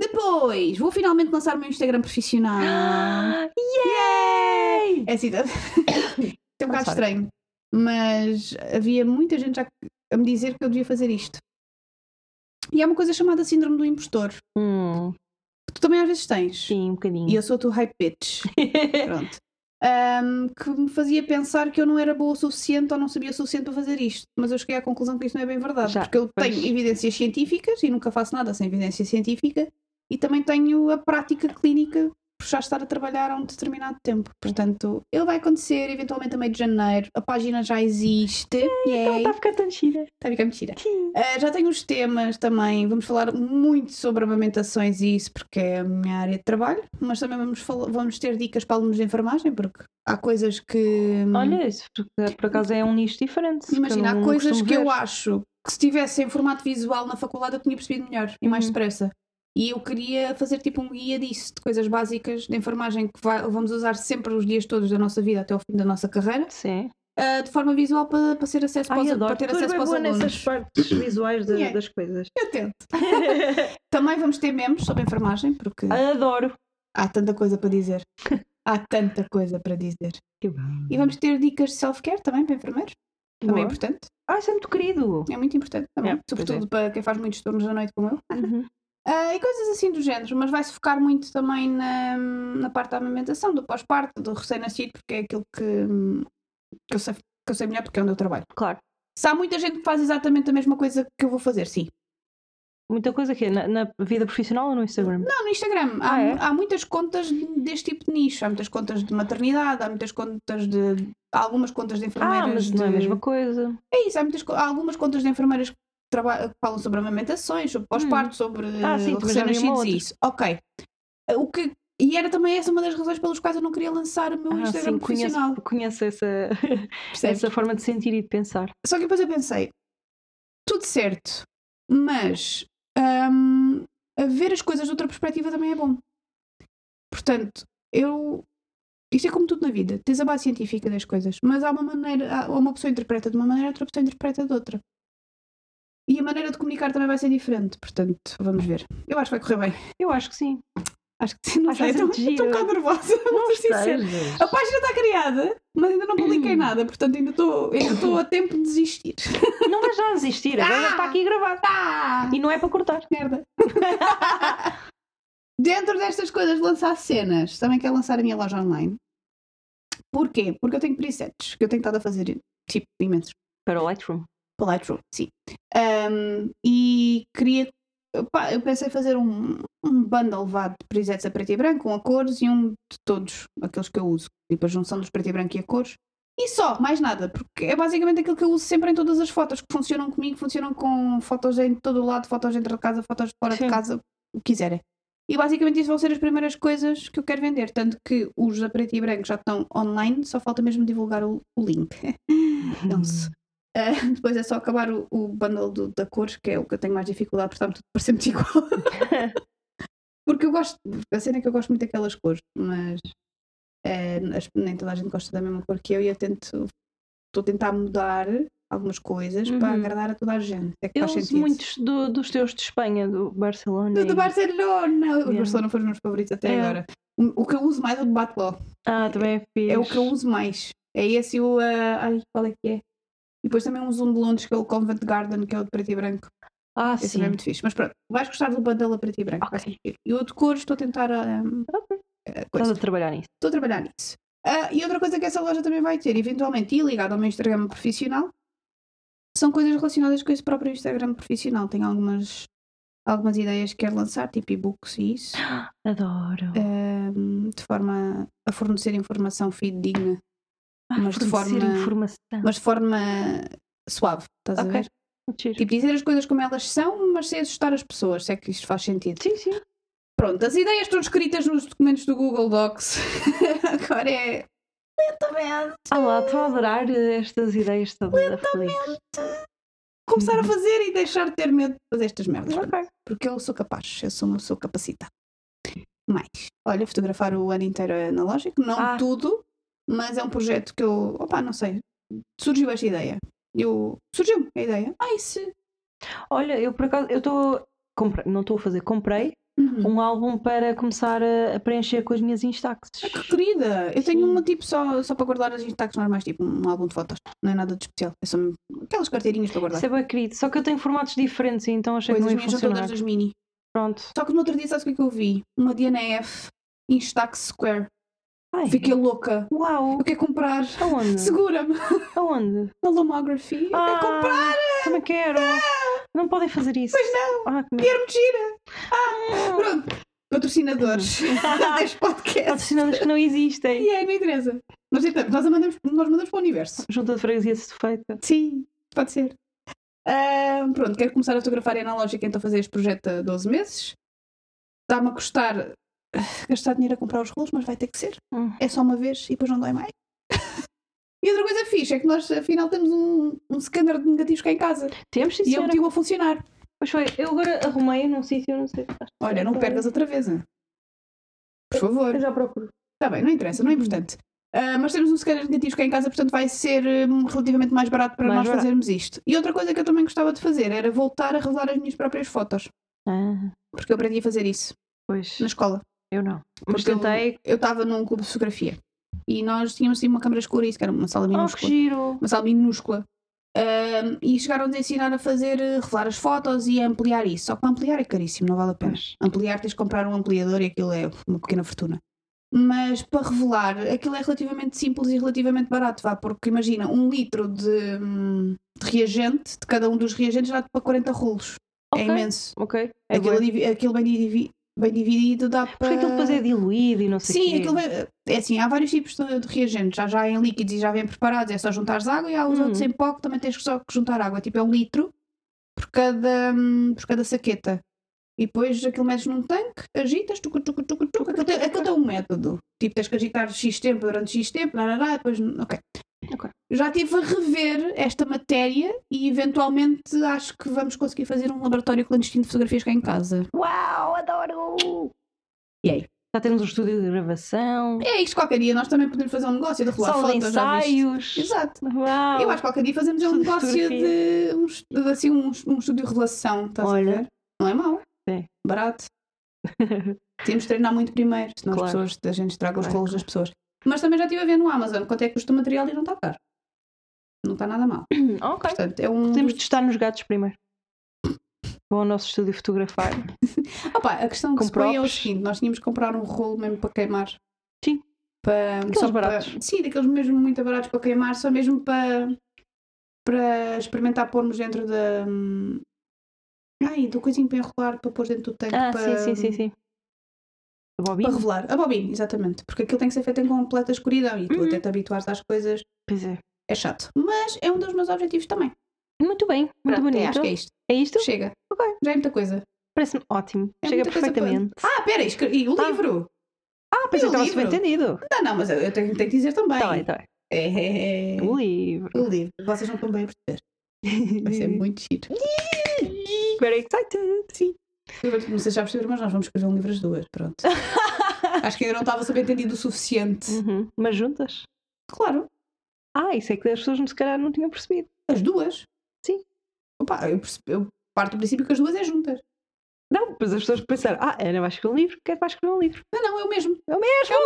S2: Depois, vou finalmente lançar o meu Instagram profissional.
S1: Ah, Yay!
S2: É assim, é um bocado
S1: sorry.
S2: estranho. Mas havia muita gente já a me dizer que eu devia fazer isto. E há uma coisa chamada síndrome do impostor, que
S1: Hum,
S2: tu também às vezes tens.
S1: sim, um
S2: E
S1: bocadinho.
S2: eu sou a tua hype bitch. Pronto. Ahm, que me fazia pensar que eu não era boa o suficiente ou não sabia o suficiente para fazer isto. Mas eu cheguei à conclusão que isto não é bem verdade.
S1: Já,
S2: porque eu
S1: pois.
S2: tenho evidências científicas e nunca faço nada sem evidência científica. E também tenho a prática clínica por já estar a trabalhar há um determinado tempo. Portanto, ele vai acontecer eventualmente a meio de janeiro. A página já existe.
S1: Então
S2: é Yay.
S1: Está a ficar tá tão gira.
S2: Está Tá a ficar mentira.
S1: Sim.
S2: Uh, já tenho os temas também. Vamos falar muito sobre amamentações e isso, porque é a minha área de trabalho. Mas também vamos, fala- vamos ter dicas para alunos de enfermagem, porque há coisas que.
S1: Olha, isso por, por acaso é um nicho diferente. que eu
S2: imagina,
S1: não-
S2: há
S1: não
S2: coisas
S1: costumo
S2: que eu
S1: ver.
S2: acho que se tivesse em formato visual na faculdade eu tinha percebido melhor e mais
S1: Uhum.
S2: depressa. E eu queria fazer tipo um guia disso, de coisas básicas de enfermagem que vai- vamos usar sempre os dias todos da nossa vida até ao fim da nossa carreira,
S1: Sim.
S2: uh, de forma visual para, para, ser acesso para, os-
S1: Ai, adoro.
S2: para ter
S1: Tu és
S2: acesso
S1: bem
S2: para os
S1: boa
S2: alunos.
S1: nessas partes visuais da-
S2: Yeah.
S1: das coisas.
S2: Eu tento. Também vamos ter memes sobre enfermagem, porque
S1: Ah. Adoro.
S2: há tanta coisa para dizer. Há tanta coisa para dizer.
S1: Que bom.
S2: E vamos ter dicas de self-care também para enfermeiros. Também é
S1: Boa.
S2: importante.
S1: Ah, isso é muito querido.
S2: É muito importante também.
S1: É, pois
S2: Sobretudo para quem faz muitos turnos da noite como eu.
S1: Uhum.
S2: Ah, e coisas assim do género, mas vai-se focar muito também na, na parte da amamentação, do pós-parto, do recém-nascido, porque é aquilo que, hum, que, eu sei, que eu sei melhor porque é onde eu trabalho.
S1: Claro.
S2: Se há muita gente que faz exatamente a mesma coisa que eu vou fazer, sim.
S1: Muita coisa que é na, na vida profissional ou no Instagram?
S2: Não, no Instagram. Há,
S1: Ah, é?
S2: há muitas contas deste tipo de nicho. Há muitas contas de maternidade, há muitas contas de. Há algumas contas de enfermeiras.
S1: ah, mas não é a
S2: de-
S1: mesma coisa.
S2: É isso, há, muitas, co- há algumas contas de enfermeiras que, traba- que falam sobre amamentações, sobre pós-parto, sobre
S1: Hum. Ah, sim, também já vi uma
S2: recém-nascidos
S1: outra.
S2: e isso. Ok. O que, e era também essa uma das razões pelas quais eu não queria lançar o meu
S1: Ah,
S2: Instagram
S1: sim,
S2: profissional.
S1: conheço, conheço essa,
S2: percebes?
S1: essa forma de sentir e de pensar.
S2: Só que depois eu pensei, tudo certo, mas hum, a ver as coisas de outra perspectiva também é bom. Portanto, eu. Isto é como tudo na vida, tens a base científica das coisas, mas há uma maneira, há uma pessoa interpreta de uma maneira, outra pessoa interpreta de outra. E a maneira de comunicar também vai ser diferente, portanto, vamos ver. Eu acho que vai correr bem.
S1: Eu acho que sim.
S2: Acho que sim, não
S1: Acho
S2: sei,
S1: que vai
S2: estou
S1: ser muito
S2: estou um
S1: giro.
S2: bocado nervosa, vou ser sincera.
S1: Sejas.
S2: A página está criada, mas ainda não
S1: Hum.
S2: publiquei nada, portanto ainda estou ainda estou a tempo de desistir.
S1: Não vais já desistir, agora
S2: Ah!
S1: está aqui gravado.
S2: Ah,
S1: E não é para cortar.
S2: merda. Dentro destas coisas de lançar cenas, também quero lançar a minha loja online. Porquê? Porque eu tenho presets que eu tenho estado a fazer, tipo, imensos.
S1: Para o Lightroom.
S2: Para o Lightroom, sim. Ahm, e queria. pá, eu pensei fazer um, um bundle vá de presets a preto e branco, um a cores e um de todos, aqueles que eu uso. Tipo a junção dos preto e branco e a cores. E só, mais nada, porque é basicamente aquilo que eu uso sempre em todas as fotos, que funcionam comigo, funcionam com fotos em todo o lado, fotos dentro de casa, fotos fora
S1: Sim.
S2: de casa, o que quiserem. E basicamente isso vão ser as primeiras coisas que eu quero vender, tanto que os a preto e branco já estão online, só falta mesmo divulgar o, o link. Não se. Ah, depois é só acabar o, o bundle do- da cores, que é o que eu tenho mais dificuldade, porque está-me tudo parecendo igual. porque eu gosto, a cena é que eu gosto muito daquelas cores, mas eh, as- nem toda a gente gosta da mesma cor que eu e eu tento, estou a tentar mudar algumas coisas para
S1: Uhum.
S2: agradar a toda a gente. É que
S1: Eu
S2: faz
S1: uso
S2: sentido.
S1: muitos do- dos teus de Espanha, do Barcelona.
S2: Do,
S1: e-
S2: do Barcelona! O
S1: Yeah.
S2: Barcelona foi os meus favoritos até
S1: É.
S2: agora. O, o que eu uso mais é o de Batló.
S1: Ah, também é fixe.
S2: É o que eu uso mais. É esse e o. ah, ai, qual é que é? E depois também um zoom de Londres, que é o Covent Garden, que é o de preto e branco.
S1: Ah,
S2: Esse
S1: sim.
S2: também é muito fixe. Mas pronto, vais gostar do bundle a preto e branco. vai
S1: Ok.
S2: ser giro. E o de cores, estou a tentar. ah,
S1: Ok. Tá
S2: ah, coisa.
S1: Estás a trabalhar nisso.
S2: Estou a trabalhar nisso. Ah, e outra coisa que essa loja também vai ter, eventualmente, e ligada ao meu Instagram profissional, são coisas relacionadas com esse próprio Instagram profissional. Tenho algumas, algumas ideias que quero lançar, tipo e-books e isso,
S1: Adoro.
S2: É, ahm, de forma a fornecer informação fidedigna
S1: Ah,
S2: mas de
S1: fornecer
S2: forma-
S1: informação.
S2: mas de forma suave, estás
S1: Ok.
S2: a ver?
S1: Muito giro.
S2: Tipo, dizer as coisas como elas são, mas sem assustar as pessoas, se é que isto faz sentido.
S1: Sim, sim.
S2: Pronto, as ideias estão escritas nos documentos do Google Docs. Agora é. Lentamente.
S1: Olá, Ah, estou a adorar eh, estas ideias todas da Felix. Uhum.
S2: Começar a fazer e deixar de ter medo de fazer estas merdas.
S1: Ok.
S2: Porque eu sou capaz, eu sou uma pessoa capacitada. Mais. Olha, fotografar o ano inteiro é analógico, não
S1: Ah.
S2: tudo, mas é um projeto que eu. Opa, não sei. Surgiu esta ideia. Eu... Surgiu a ideia. Ah, Ai, se.
S1: Olha, eu por acaso, eu estou. comprei- Não estou a fazer, comprei
S2: Uhum.
S1: um álbum para começar a, a preencher com as minhas Instaxes.
S2: Ah, que querida! Eu tenho uma tipo só, só para guardar as intactas normais, tipo um álbum de fotos. Não é nada de especial. É só aquelas carteirinhas para guardar.
S1: Isso é bem querido. Só que eu tenho formatos diferentes, então achei
S2: Pois,
S1: que
S2: as
S1: não ia
S2: minhas são
S1: funcionar.
S2: todas das mini.
S1: Pronto.
S2: Só que no outro dia, sabes o que é que eu vi? Uma Diana F em Stack Square.
S1: Ai,
S2: Fiquei louca.
S1: Uau!
S2: Eu quero comprar.
S1: Aonde?
S2: Segura-me.
S1: Aonde?
S2: Na Lomography. Eu
S1: Ah,
S2: quero comprar.
S1: Também quero! Não podem fazer isso.
S2: Pois não.
S1: Ah, que merda.
S2: Quero gira. Pronto. Patrocinadores deste podcast.
S1: Patrocinadas que não existem.
S2: E aí, não interessa. Nós, tentamos, nós, a mandamos, nós mandamos para o universo.
S1: Junta de freguesia se feita.
S2: Sim, pode ser. Ahm, pronto, quero começar a fotografar em analógico, então fazer este projeto a 12 meses. Está-me a custar ah, gastar dinheiro a comprar os rolos, mas vai ter que ser.
S1: Hum.
S2: É só uma vez e depois não dói mais. e outra coisa fixe é que nós afinal temos um, um scanner de negativos cá em casa.
S1: Temos, sim,
S2: e eu
S1: senhora.
S2: meti-o a funcionar.
S1: Pois foi, eu agora arrumei num sítio, não sei.
S2: Olha, não percas outra vez. hein? Por favor.
S1: Eu já procuro.
S2: Está bem, não interessa, não é importante. Ah, mas temos um scanner de negativos cá em casa, portanto vai ser hum, relativamente mais barato para
S1: Mais
S2: nós
S1: barato.
S2: fazermos isto. E outra coisa que eu também gostava de fazer era voltar a revelar as minhas próprias fotos.
S1: Ah,
S2: Porque eu aprendi a fazer isso
S1: pois.
S2: na escola.
S1: Eu não. Mas
S2: Porque eu-
S1: tentei.
S2: Eu estava num clube de fotografia e nós tínhamos assim, uma câmara escura, isso que era uma sala
S1: Oh, que
S2: minúscula.
S1: giro!
S2: uma sala minúscula. Ahm, e chegaram-nos a ensinar a fazer, eh, revelar as fotos e a ampliar isso. Só que para ampliar é caríssimo, não vale a pena.
S1: Pois.
S2: Ampliar tens de comprar um ampliador e aquilo é uma pequena fortuna. Mas para revelar, aquilo é relativamente simples e relativamente barato, vá, porque imagina, um litro de, hum, de reagente, de cada um dos reagentes, dá-te para 40 rolos.
S1: Ok,
S2: É imenso.
S1: Ok. É
S2: Aquilo,
S1: bué.
S2: divi- aquilo bem, divi- bem dividido dá para.
S1: Porque aquilo depois é diluído e não sei o
S2: Sim,
S1: quê.
S2: aquilo é, é assim, há vários tipos de, de reagentes, já, já em líquidos e já vêm preparados, é só juntares água e há os
S1: Hum.
S2: outros em pó que também tens que só que juntar água, tipo é um litro por cada, hum, por cada saqueta. E depois aquilo metes num tanque, agitas, tucu, tucu, tucu, tucu, aquilo, tem, aquilo tem um método. Tipo, tens que agitar X tempo durante X tempo, narará, depois, ok.
S1: Ok.
S2: Já estive a rever esta matéria e eventualmente acho que vamos conseguir fazer um laboratório clandestino de fotografias cá em casa.
S1: Uau, adoro!
S2: E aí?
S1: Já temos um estúdio de gravação,
S2: É isto, qualquer dia nós também podemos fazer um negócio de rolar
S1: sala de
S2: fotos, já viste?
S1: ensaios.
S2: Exato.
S1: Uau!
S2: Eu acho que qualquer dia fazemos um
S1: Estudo de
S2: negócio de um, est- de, assim, um, est- um estúdio de relação, estás
S1: Olha.
S2: a ver? Não é mau.
S1: Sim.
S2: Barato. Temos de treinar muito primeiro, senão as
S1: Claro.
S2: pessoas, a gente estraga os
S1: Claro,
S2: rolos das pessoas. Mas também já estive a ver no Amazon quanto é que custa o material e não está caro. Não está nada mal.
S1: ok.
S2: Portanto, é um.
S1: Então, Podemos testar nos gatos primeiro. Vão ao nosso estúdio fotografar.
S2: Ah pá, a questão que
S1: com
S2: se põe é o
S1: props.
S2: seguinte: nós tínhamos que comprar um rolo mesmo para queimar.
S1: Sim.
S2: Para,
S1: Aqueles
S2: só para-
S1: baratos.
S2: sim, daqueles mesmo muito baratos para queimar, só mesmo para, para experimentar pormos dentro da. hum, Ai, do coisinho para enrolar, para pôr dentro do tanque.
S1: Ah,
S2: para,
S1: sim, sim, sim, sim. A
S2: Para
S1: Bobinho?
S2: revelar. A bobina, exatamente. Porque aquilo tem que ser feito em completa escuridão e tu
S1: Uhum.
S2: até te habituares às coisas
S1: Pois é.
S2: é chato. Mas é um dos meus objetivos também.
S1: Muito bem, muito
S2: Pronto, é,
S1: bonito.
S2: Acho que é isto.
S1: É isto?
S2: Chega.
S1: Ok.
S2: Já é muita coisa.
S1: Parece-me ótimo.
S2: É
S1: Chega
S2: muita coisa para-
S1: perfeitamente.
S2: Ah, pera, escre- e o
S1: Ah.
S2: livro?
S1: Ah, pensei
S2: e
S1: que
S2: o
S1: estava super
S2: um livro?
S1: entendido.
S2: Ah, Não, não, mas eu, eu tenho, tenho que dizer também.
S1: Está bem, está bem.
S2: É, é, é.
S1: O livro.
S2: O livro. Vocês não estão bem a perceber. Vai ser muito giro.
S1: Very excited. Sim.
S2: Eu vou- Não sei se já perceberam, mas nós vamos escrever um livro as duas. Pronto. Acho que ainda não estava a entendido o suficiente.
S1: Uhum. Mas juntas?
S2: Claro,
S1: Ah, isso é que as pessoas se calhar não tinham percebido.
S2: as duas.
S1: Sim.
S2: Opa, eu, perce- eu parto do princípio que as duas é juntas.
S1: Não, pois as pessoas pensaram, ah, Ana vai escrever um livro, quer vai escrever um livro.
S2: Não, não, é o mesmo.
S1: É o mesmo!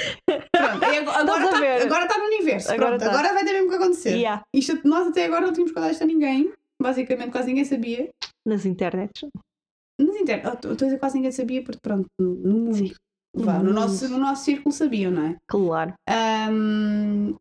S2: Pronto, é ag- agora
S1: Estás a ver?
S2: está agora tá no universo.
S1: Agora
S2: Pronto,
S1: tá.
S2: agora vai ter mesmo que acontecer.
S1: Yeah.
S2: Isto, nós até agora não tínhamos contado isto a ninguém. Basicamente, quase ninguém sabia.
S1: Nas internets.
S2: Mas inter... oh, Estou a dizer quase ninguém sabia, porque pronto, no no mundo.
S1: Sim.
S2: Vá,
S1: No
S2: no, nosso,
S1: mundo.
S2: no nosso círculo sabiam, não é?
S1: Claro.
S2: Ahm,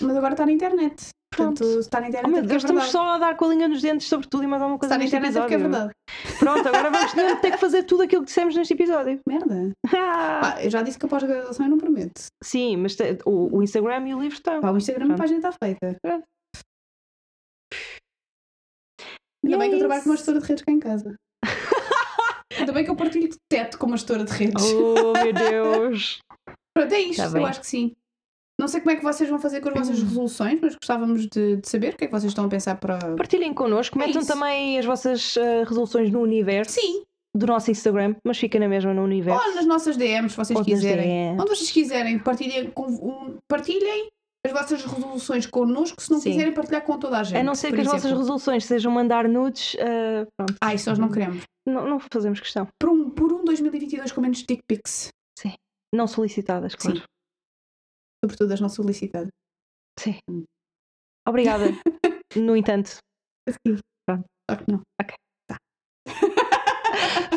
S2: mas agora está na internet.
S1: Pronto.
S2: Portanto, está na internet.
S1: Oh meu
S2: é porque é
S1: Deus, estamos
S2: verdade.
S1: só a dar com a língua nos dentes sobre tudo e mais alguma coisa
S2: Está na
S1: neste
S2: internet é porque é
S1: episódio.
S2: verdade.
S1: Pronto, agora vamos ter- ter que fazer tudo aquilo que dissemos neste episódio.
S2: Merda.
S1: Ah,
S2: Pá, eu já disse que a pós-graduação eu não prometo.
S1: Sim, mas te- o, o Instagram e o livro estão.
S2: Pá, o Instagram a
S1: Pronto.
S2: página está feita.
S1: Pronto.
S2: Ainda
S1: E
S2: bem
S1: é
S2: que eu trabalho com uma
S1: isso.
S2: gestora de redes cá em casa. Ainda bem que eu partilho de teto com uma gestora de redes.
S1: Oh meu Deus!
S2: Pronto, é isto.
S1: Tá
S2: eu
S1: bem.
S2: acho que sim. Não sei como é que vocês vão fazer com as vossas
S1: Hum.
S2: resoluções, mas gostávamos de, de saber o que é que vocês estão a pensar para.
S1: Partilhem connosco, comentam
S2: É isso.
S1: também as vossas ah, resoluções no universo
S2: Sim,
S1: do nosso Instagram, mas fica na mesma no universo.
S2: ou nas nossas DMs, se vocês
S1: Ou nas
S2: quiserem.
S1: DMs.
S2: Onde vocês quiserem, partilhem, com- um- partilhem as vossas resoluções connosco, se não
S1: Sim.
S2: quiserem partilhar com toda a gente.
S1: A não ser
S2: por
S1: que as
S2: exemplo.
S1: vossas resoluções sejam mandar nudes, ah, pronto,
S2: Ah, isso nós não queremos.
S1: não, não fazemos questão.
S2: Por um, por um 2022 com menos dick pics,
S1: Não solicitadas, claro.
S2: sobretudo as não solicitadas.
S1: Sim. Obrigada. no entanto,
S2: Claro que não.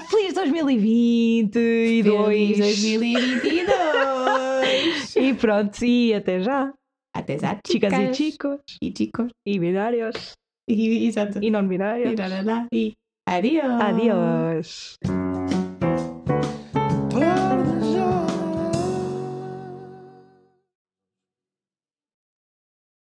S1: feliz 2022!
S2: 2022!
S1: E pronto, e até já.
S2: Até já,
S1: Chicas e
S2: chicas.
S1: chicos,
S2: E chicos.
S1: e binários,
S2: E, exato.
S1: e não binários.
S2: E, lá, lá, lá. e adiós.
S1: Adiós.